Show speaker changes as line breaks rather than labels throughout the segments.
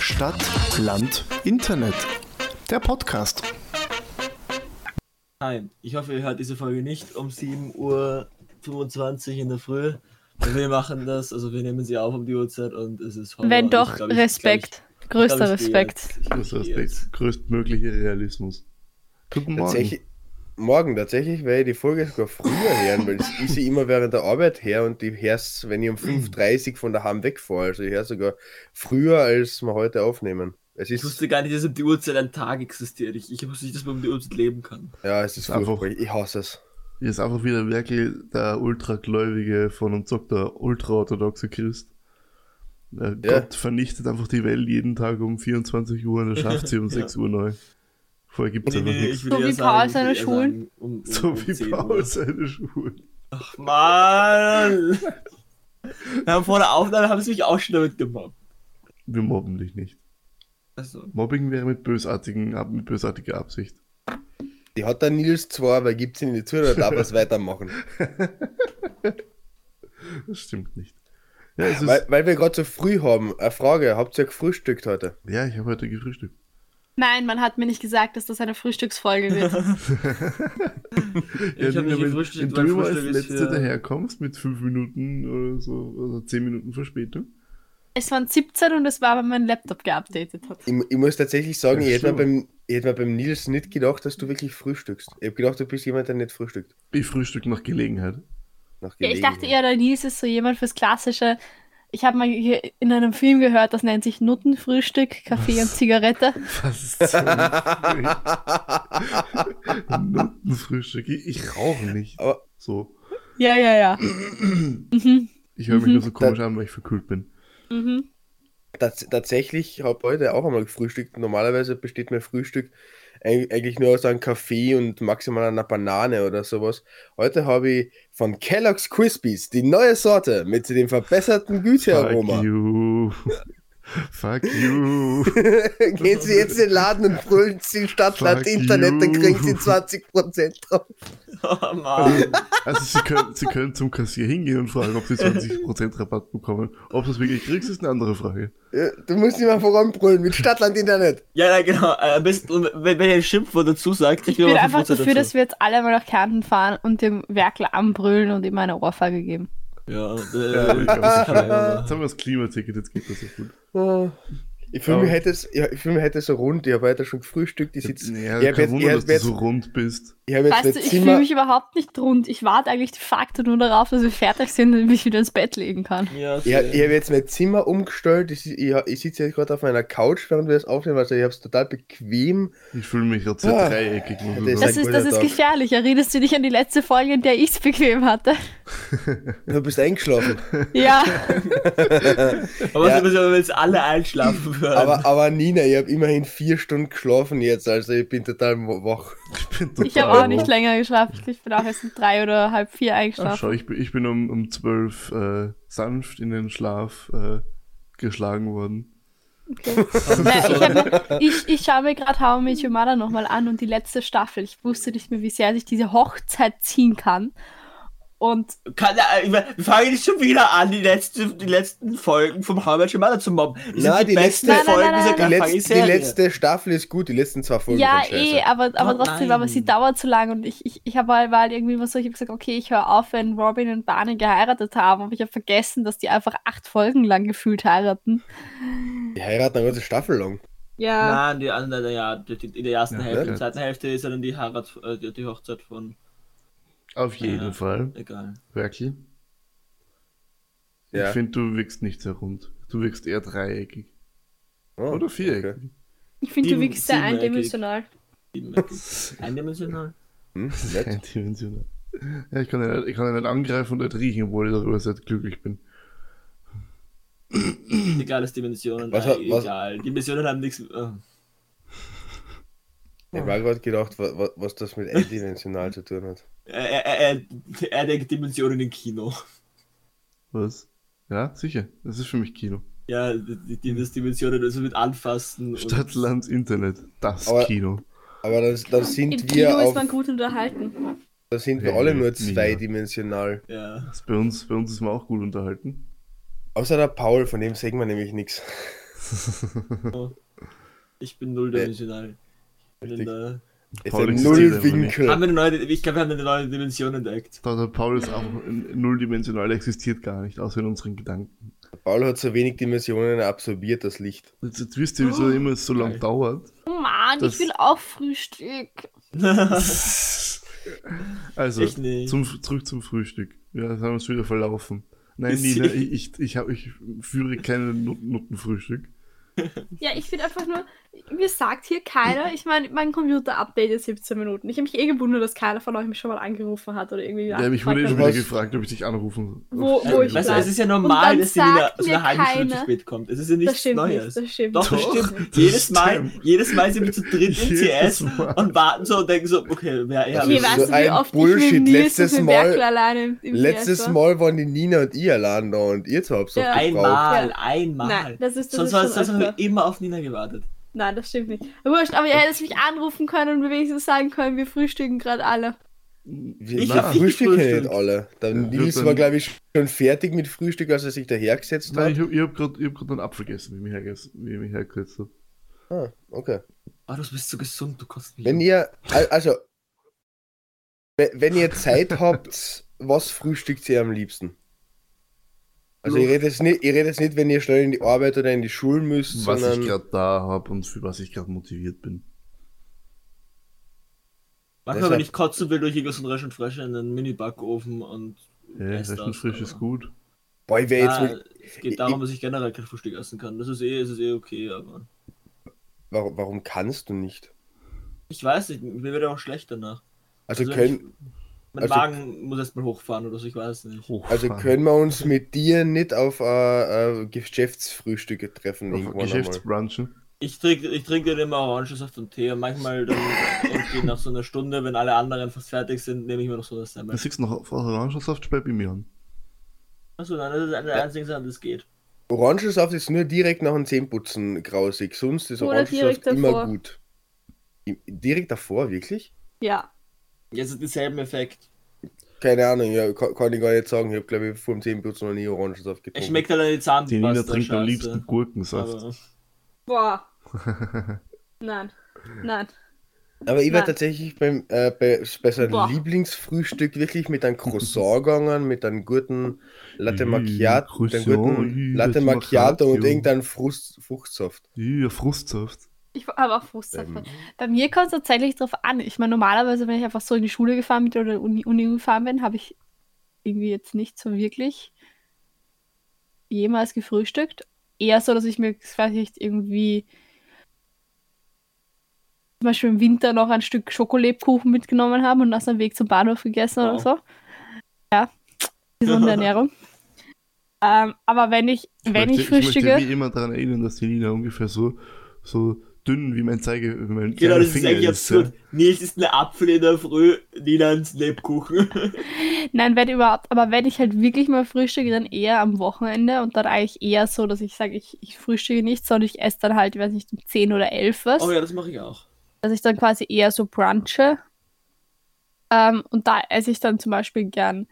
Stadt, Land, Internet. Der Podcast.
Nein, ich hoffe, ihr hört diese Folge nicht um 7.25 Uhr in der Früh. Wir machen das, also wir nehmen sie auf um die Uhrzeit und es ist Horror.
Wenn
Ich
doch,
glaub, ich-
Respekt.
glaub, ich-
Größter
glaub, ich geh
Respekt.
jetzt. Ich
Das
geh
ist
jetzt.
der größtmögliche Realismus. Guten Morgen.
Tatsächlich, morgen tatsächlich, weil ich die Folge sogar früher hören, weil ich sie immer während der Arbeit her und ich hör's, wenn ich um
Mhm.
5.30 Uhr von daheim wegfahre. Also ich höre sogar früher, als wir heute aufnehmen. Es
Ich
ist,
wusste gar nicht, dass um die Uhrzeit ein Tag existiert. Ich, ich wusste nicht, dass man um die Uhrzeit leben kann.
ja, es ist
Einfach.
furchtbar. Ich hasse es.
Hier ist einfach wieder Merkel, der Ultragläubige von uns sagt, der ultraorthodoxe Christ. Der
Ja.
Gott vernichtet einfach die Welt jeden Tag um 24 Uhr und er schafft sie um
Ja.
6 Uhr neu. Vorher gibt es
Nee,
einfach
nee, ich
nichts.
will
So
eher
wie
sagen,
Paul
ich will
seine
eher
Schulen.
sagen, Um, um,
So
um
wie
10
Paul
Uhr.
seine Schuhe.
Ach, Mann! Wir haben vor der Aufnahme haben sie mich auch schon damit gemobbt.
Wir mobben dich nicht.
Also,
Mobbing wäre mit, bösartigen, ab- mit bösartiger Absicht.
Die hat der Nils zwar, aber gibt sie nicht zu, oder darf er es weitermachen.
Das stimmt nicht. Ja, es
Weil,
ist,
weil wir gerade so früh haben, eine Frage, habt ihr gefrühstückt heute?
ja ich habe heute gefrühstückt.
Nein, man hat mir nicht gesagt, dass das eine Frühstücksfolge wird.
Ja,
ich habe
Nina,
nicht
wenn,
gefrühstückt,
wenn du
weil
immer als
Frühstück ist
Letzter
für-
daherkommst mit 5 Minuten oder so, also 10 Minuten Verspätung.
es waren 17 und es war, weil mein Laptop geupdatet hat.
Ich, ich muss tatsächlich sagen,
Ja,
ich hätte mir,
schon.
beim, ich hätte mir beim Nils nicht gedacht, dass du wirklich frühstückst. Ich habe gedacht, du bist jemand, der nicht frühstückt.
Ich frühstück nach Gelegenheit.
Nach
Ja, ich dachte
Gelegenheit.
eher, der Nils ist so jemand fürs klassische. Ich habe mal hier in einem Film gehört, das nennt sich Nuttenfrühstück, Kaffee und Zigarette.
Was ist so ein Notenfrühstück? Ich, ich rauche nicht.
Aber-
so.
Ja, ja, ja. mhm.
Ich höre mich nur so
Da-
komisch an, weil ich verkühlt bin.
Mhm.
Tats tatsächlich habe heute auch einmal gefrühstückt. Normalerweise besteht mein Frühstück eig- eigentlich nur aus einem Kaffee und maximal einer Banane oder sowas. Heute habe ich von Kellogg's Crispies die neue Sorte mit dem verbesserten
Fuck
Gütearoma.
you. Fuck you.
Gehen Sie jetzt in den Laden und brüllen Sie Stadtland
Fuck
Internet, dann
you.
kriegen Sie 20% drauf.
oh, Mann.
Also sie können, sie können zum Kassier hingehen und fragen, ob sie 20% Rabatt bekommen. Ob du es wirklich kriegst, ist eine andere Frage.
Ja, Du musst immer voranbrüllen mit Stadtland Internet.
Ja, ja, genau. Äh, Am besten, und wenn, wenn ihr ein Schimpfwort dazu sagt,
Ich
kriegt ihr
bin
noch
einfach
5%
dafür, dass
dazu.
wir jetzt alle mal nach Kärnten fahren und dem Werkler anbrüllen und ihm eine Ohrfeige geben.
Ja,
Ja,
äh,
ich glaub, das ist
keine Ahnung.
Jetzt haben wir das Klimaticket, jetzt geht das ja gut.
Ah. Ich fühle
Ja.
mich, heute so- ja, ich fühl mich heute so rund. Ich habe heute schon gefrühstückt. Ich, sitz,
Ja,
ich habe
kein
jetzt, ich
Wunder,
hab
dass du
jetzt,
so rund bist.
ich hab jetzt
Weißt du,
mein
ich
Zimmer-
fühle mich überhaupt nicht rund. Ich warte eigentlich de facto nur darauf, dass wir fertig sind und ich mich wieder ins Bett legen kann.
Ja,
Ich, hab- ich
ja,
habe jetzt mein Zimmer umgestellt. Ich, ich, ich sitze jetzt gerade auf meiner Couch, während wir das aufnehmen. Also ich habe es total bequem.
Ich fühle mich gerade sehr
Ah,
dreieckig. muss ich sagen.
das
Das
ein
ist,
guter
das ist
Tag.
gefährlich. Erinnerst du dich an die letzte Folge, in der ich es bequem hatte?
Du bist eingeschlafen.
Ja,
aber
ja.
was ist, wenn wir jetzt alle einschlafen würden?
aber, aber Nina, ich habe immerhin vier Stunden geschlafen jetzt. Also ich bin total wa- wach.
Ich bin
ich habe
total
auch nicht
wach.
länger geschlafen. Ich bin auch erst um drei oder halb vier
Ach,
eingeschlafen.
schau, ich bin, ich bin um, um 12 äh, sanft in den Schlaf äh, geschlagen worden.
Na, ich, hab mir- ich, ich schaue mir gerade How I Met Your Mother nochmal an und die letzte Staffel. Ich wusste nicht mehr, wie sehr sich diese Hochzeit ziehen kann. Und
Kann, ja- ich mein, wir fangen jetzt schon wieder an, die, letzte, die letzten Folgen vom How I Met Your Mother zu mobben. Das
Na,
sind die,
die
besten
letzte-
Folgen
Nein, nein,
dieser
Die,
nein,
ganzen
letz, die
Serie.
letzte Staffel ist gut. Die letzten zwei Folgen
ja,
sind scheiße.
eh, aber, aber
Oh,
trotzdem, aber sie
nein.
dauert zu lang und ich, ich, ich habe halt, war halt irgendwie immer so, ich habe gesagt, okay, ich höre auf, wenn Robin und Barney geheiratet haben, aber ich habe vergessen, dass die einfach acht Folgen lang gefühlt heiraten.
Die heiraten eine ganze Staffel lang.
Ja.
Nein, die andere, ja, die, die, in der ersten
Ja,
Hälfte, in
ja.
der zweiten Hälfte ist ja dann die, Heirat, äh, die, die Hochzeit von.
Auf jeden
Ja.
Fall.
Egal.
Werkel.
Ja.
Ich finde, du wirkst nicht sehr rund. Du wirkst eher dreieckig.
Oh,
Oder viereckig.
okay.
Ich finde, du
Sieben-
wirkst sehr
siebenmäßig.
eindimensional.
Siebenmäßig. Eindimensional.
Hm, nett.
halt Eindimensional. Ja, ich kann ja nicht, ich kann ja nicht angreifen und nicht riechen, obwohl ich darüber sehr glücklich bin.
Egal, dass Dimensionen.
Was hat-
äh,
was-
egal. Dimensionen haben nichts. Äh.
Ich habe gerade gedacht, wa- wa- was das mit eindimensional zu tun hat.
Er, er, er, er denkt Dimensionen im Kino.
Was? Ja, sicher. Das ist für mich Kino.
Ja, die, die das Dimensionen, also mit Anfassen.
Stadt,
und,
Land, Internet. Das
Aber-
Kino.
Aber dann, dann sind
Im
wir
Kino ist
auf,
man gut unterhalten.
dann sind wir
Nee,
alle nur
Nina.
zweidimensional.
ja.
Das bei uns, bei uns ist man auch gut unterhalten.
Außer der Paul, von dem sehen wir nämlich nichts.
Ich bin null dimensional. Ich, bin in
Richtig.
der,
Es
Paul
sind
existiert
null
einfach nicht.
haben
Winkel.
wir eine neue, ich glaube, wir haben eine neue Dimension entdeckt.
Da der Paul ist einfach n- nulldimensional, der existiert gar nicht, außer in unseren Gedanken.
Paul hat so wenig Dimensionen er absorbiert, das Licht.
Jetzt, jetzt wisst ihr, wieso immer es so lange
Oh, Geil.
dauert.
Mann,
Das-
ich will auch Frühstück.
Also,
Ich nicht.
zum, zurück zum Frühstück. Ja, das haben wir uns wieder verlaufen. Nein,
Ist
Nina,
sie-
ich, ich, ich, hab, ich führe keine Nut- Nuttenfrühstück.
Ja, ich finde einfach nur, mir sagt hier keiner, ich meine, mein Computer updatet 17 Minuten. Ich habe mich eh gewundert, dass keiner von euch mich schon mal angerufen hat oder irgendwie.
Ja, aber ich wurde eh schon
angefragt
wieder
was-
gefragt, ob ich dich anrufen
Wo- wo ich
Ähm, Weißt du,
bleib.
es ist ja normal,
Und dann
dass sie wieder
sagt
so
mir
eine halbe Stunde zu
keiner-
spät kommt. Es ist ja
hat.
nichts
Das stimmt
Neues.
nicht, das stimmt
Doch, das
nicht.
stimmt.
das
jedes Mal,
stimmt.
jedes Mal sind wir zu dritt im
Jedes
TS
Mal.
und warten so und denken so, okay, wer eher
Also
Okay,
das
weißt
ist
du,
ein
wie oft ich
Bullshit.
mit
Letztes
Letztes mit
Mal-
Merkel alleine im, im
Letztes
Theater.
Mal waren die Nina und ich allein da und ihr zwei habt
Ja.
ja. gebraucht.
Einmal,
Ja.
einmal.
Nein, das ist- das
sonst
ist
war-
schon
sonst haben wir
öfter.
immer auf Nina gewartet.
Nein, das stimmt nicht. Wurscht, aber ihr hättet mich anrufen können und mir wenigstens sagen können, wir frühstücken gerade alle.
Wir
Ich
ich
hab nicht
frühstücken
gefrühstückt.
nicht alle. Dann
Ja,
Nils
dann-
war, glaube ich, schon fertig mit Frühstück, als er sich dahergesetzt
Nein, ich
hat.
habe ich hab gerade hab einen Apfel gegessen, wie ich mich herges- wie ich mich hergesetzt habe.
Ah, okay.
Oh, du bist so gesund, du kostet mich.
Wenn ihr, al- also, we- wenn ihr Zeit habt, was frühstückt ihr am liebsten? Also, ihr redet jetzt nicht, ihr redet jetzt nicht wenn ihr schnell in die Arbeit oder in die Schule müsst,
Was ich
sondern.
gerade da habe und für was ich gerade motiviert bin.
Manchmal,
deshalb-
wenn ich kotzen will, durch irgendwas und Rösch und Frösche in den Mini-Backofen und.
Ja,
esse
Essen
das,
frisch ist
aber-
gut.
Boah, ich wär jetzt
Ah,
mit,
es geht darum, dass ich generell kein Frühstück essen kann. Das ist eh, es ist eh okay, aber.
warum, warum kannst du nicht?
Ich weiß nicht, mir wird auch schlecht danach.
Also,
Also
können,
Mein
Also-
Magen muss erstmal hochfahren oder so, ich weiß nicht.
Also
Hochfahren.
können wir uns mit dir nicht auf äh, äh, Geschäftsfrühstücke treffen
Auf
irgendwann einmal.
Geschäftsbrunchen.
Ich trinke ich trinke dann immer Orangensaft und Tee und manchmal dann irgendwie nach so einer Stunde, wenn alle anderen fast fertig sind, nehme ich mir noch so das Semmel.
Das siehst du noch auf Orangensaft bei mir an.
Achso, nein, das ist eine der einzigen Sache, das geht.
Orangensaft ist nur direkt nach dem Zähnputzen grausig, sonst ist
Oder direkt
Orangensaft immer
davor.
gut. I- Direkt davor, wirklich?
Ja.
Jetzt hat denselben Effekt.
Keine Ahnung, ja, kann, kann ich gar nicht sagen. Ich habe glaube ich vor dem Zähnputzen noch nie Orangensaft
Es
getrunken.
schmeckt halt an die
Die Nina Oh. trinkt
Zahnpasta.
am liebsten
liebsten
Gurkensaft.
aber
Boah. Nein. Nein.
Aber ich war
Nein.
tatsächlich beim, äh, bei, bei so einem
Boah.
Lieblingsfrühstück wirklich mit einem Croissant gegangen, mit einem guten Latte
Ih,
Macchiato, mit einem
Croissant,
guten
ih,
Latte
Latte
Macchiato und
Macchiato.
irgendeinem Frust, Fruchtsaft.
Ja, Frustsaft.
Ich habe auch Frustsaft.
Ähm.
Bei mir kommt es tatsächlich drauf an. Ich meine, normalerweise, wenn ich einfach so in die Schule gefahren bin oder in die Uni, Uni gefahren bin, habe ich irgendwie jetzt nicht so wirklich jemals gefrühstückt. Eher so, dass ich mir vielleicht irgendwie zum Beispiel im Winter noch ein Stück Schokolebkuchen mitgenommen habe und das am Weg zum Bahnhof gegessen oder
Wow.
so. Ja, gesunde Ernährung. ähm, aber wenn ich, wenn ich
Ich
frühstücke,
möchte wie immer daran erinnern, dass die Nina ungefähr so, so dünn wie mein Zeige, wie mein
Genau,
kleiner
das ist
Finger
eigentlich
ja.
absurd. Nils ist ein Apfel in der Früh, Nina ein Lebkuchen.
Nein, wenn überhaupt, aber wenn ich halt wirklich mal frühstücke, dann eher am Wochenende und dann eigentlich eher so, dass ich sage, ich, ich frühstücke nicht, sondern ich esse dann halt, ich weiß nicht, um 10 oder 11 was,
Oh ja, das mache ich auch.
dass ich dann quasi eher so brunche. Ähm, und da esse ich dann zum Beispiel gern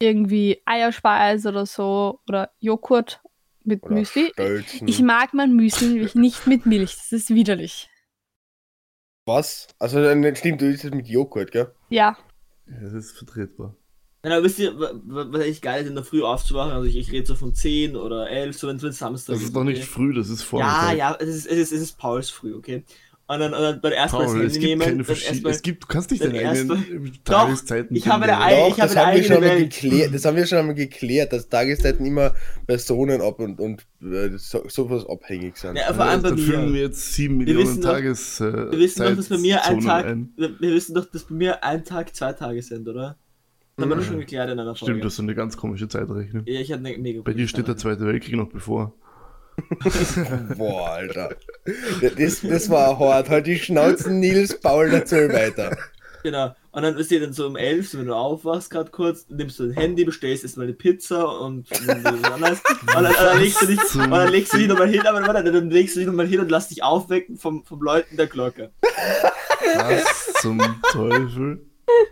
irgendwie Eierspeis oder so oder Joghurt mit
Oder
Müsli.
Stölzen.
Ich mag mein Müsli nämlich nicht mit Milch, das ist widerlich.
Was? Also, dann stimmt, du isst es mit Joghurt, gell?
Ja,
ja, das ist vertretbar.
Nein, aber wisst ihr, wa- wa- was echt geil ist, in der Früh aufzuwachen? Also ich, ich rede so von 10 oder 11, so wenn es Samstag
Das ist noch nicht früh, das ist
Ja,
Vormittag.
ja, es ist, es, ist, es ist Pauls früh, okay? Und dann, und dann, dann erstmal das
Paul, es
Handy
gibt
nehmen,
keine
dann
verschiedenen.
erstmal
Es gibt, du kannst nicht
dann
deine
erst
eigenen
Doch,
Tageszeiten.
ich habe
finden.
eine Ei- ich habe
das,
eine
haben wir
eigene
schon einmal
Welt.
geklärt, das haben wir schon einmal geklärt, dass Tageszeiten immer Personen ab und, und äh, so, sowas abhängig sind.
Ja, vor allem bei
dann füllen
mir.
wir jetzt 7
Wir
Millionen
wissen doch-
Tages. äh,
Wir wissen doch, dass bei mir ein
Zeitzonen
Tag,
ein.
wir wir wissen doch, dass bei mir ein Tag zwei Tage sind, oder? Das haben wir doch schon geklärt in einer Folge.
Stimmt, das ist eine ganz komische Zeitrechnung.
Ja, ich hatte eine mega
Bei
gute
dir steht der
Zeit.
Zweite Weltkrieg noch bevor.
Boah, Alter. Das, das war hart. Halt die Schnauzen Nils Paul dazu weiter.
Genau. Und dann ist dir dann so um 11, so wenn du aufwachst gerade kurz, nimmst du dein Handy, bestellst erstmal eine Pizza und und anders. Und dann, und dann legst du dich, und dann legst du dich nochmal hin, aber warte, dann legst du dich nochmal hin und lass dich aufwecken vom, vom Läuten der Glocke.
Was zum Teufel?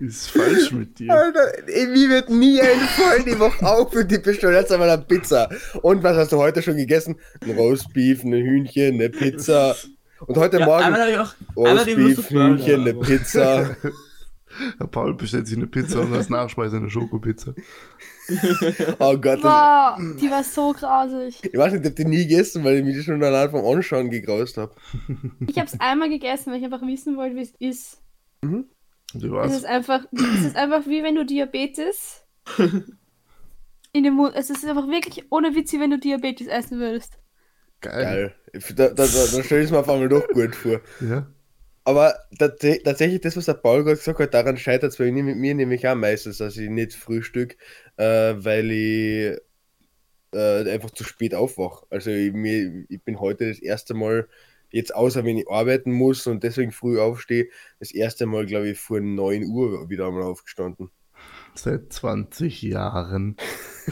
Ist falsch mit dir.
Alter, mir wird nie einfallen, ich mach auf und die bestellen jetzt einmal eine Pizza. Und was hast du heute schon gegessen? Ein Roastbeef, ein Hühnchen, eine Pizza. Und heute
Ja, einmal
Morgen
habe ich auch. Einmal hab ich Lust auf
Roastbeef,
Burger,
Hühnchen, eine
aber-
Pizza.
Der Paul bestellt sich eine Pizza und als Nachspeise eine Schokopizza.
Oh Gott, das,
Wow, die war so grausig.
ich weiß nicht, ich hab die nie gegessen, weil ich mich schon allein vom Anschauen gegraust habe.
Ich habe es einmal gegessen, weil ich einfach wissen wollte, wie es ist.
Und du
Es ist
warst,
einfach, es ist einfach wie wenn du Diabetes in den Mund. Es ist einfach wirklich ohne Witz, wie wenn du Diabetes essen würdest.
geil.
Geil. Da, da, da, da stell ich mir auf einmal doch gut vor.
Ja.
Aber tats- tatsächlich, das, was der Paul gerade gesagt hat, daran scheitert es bei mir, mit mir nämlich auch meistens, dass ich nicht frühstück, äh, weil ich äh, einfach zu spät aufwache. Also ich, mir, ich bin heute das erste Mal, jetzt außer wenn ich arbeiten muss und deswegen früh aufstehe, das erste Mal, glaube ich, vor 9 Uhr wieder einmal aufgestanden.
Seit 20 Jahren.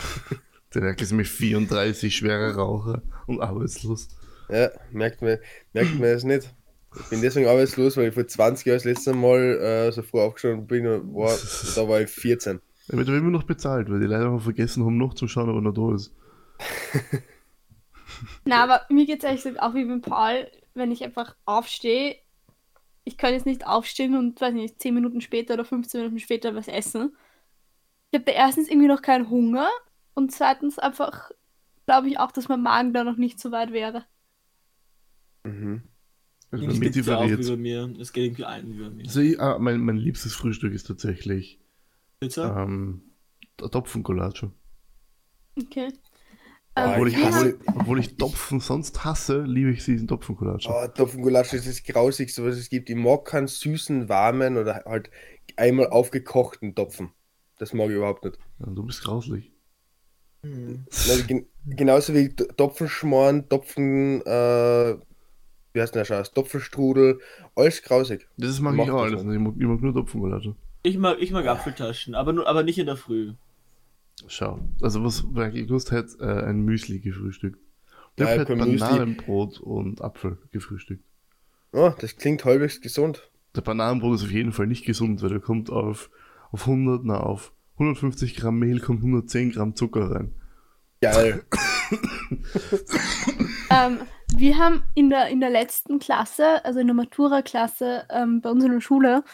Der Werk ist mit 34 schwerer Raucher und arbeitslos.
Ja, merkt man, merkt man das nicht. Ich bin deswegen arbeitslos, weil ich vor 20 Jahren das letzte Mal äh, so früh aufgestanden bin, und war, da war ich 14.
Er wird aber immer noch bezahlt, weil die leider mal vergessen haben, noch zu schauen, ob er noch da ist.
Na, aber mir geht's ehrlich gesagt auch wie mit Paul, wenn ich einfach aufstehe. Ich kann jetzt nicht aufstehen und, weiß nicht, 10 Minuten später oder 15 Minuten später was essen. Ich habe da erstens irgendwie noch keinen Hunger und zweitens einfach glaube ich auch, dass mein Magen da noch nicht so weit wäre.
Mhm.
Also
Die
bei mir
Spitze auch
differiert.
über mir. Es geht irgendwie allen über mir.
Also ich, ah, mein, mein liebstes Frühstück ist tatsächlich
Pizza?
ähm, Topfencollaggio.
Okay.
Ah,
Ähm,
Obwohl ich,
wir haben-
hasse, obwohl ich Topfen sonst hasse, liebe ich diesen Topfencollaggio.
Oh, Topfengulasch ist das Grausigste, was es gibt. Ich mag keinen süßen, warmen oder halt einmal aufgekochten Topfen. Das mag ich überhaupt nicht.
Ja, Du bist grauslich.
Hm.
Also, gen genauso wie T- Topfenschmoren, Topfen, äh, wie heißt denn der Scheiß? Topfenstrudel, alles grausig.
Das mag
Mach
ich auch
das
alles. nicht. Ich mag, ich mag nur also, Topfencollaggio.
Ich mag, ich mag Apfeltaschen, aber, nur, aber nicht in der Früh.
Schau. Also was wer gewusst hat, äh, ein Müsli gefrühstückt. Ich
Ja,
habe halt
kein Müsli.
Bananenbrot und Apfel gefrühstückt.
Oh, das klingt halbwegs gesund.
Der Bananenbrot ist auf jeden Fall nicht gesund, weil der kommt auf, auf 100, na auf 150 Gramm Mehl kommt 110 Gramm Zucker rein.
Geil.
Ähm, wir haben in der, in der letzten Klasse, also in der Matura-Klasse ähm, bei uns in der Schule,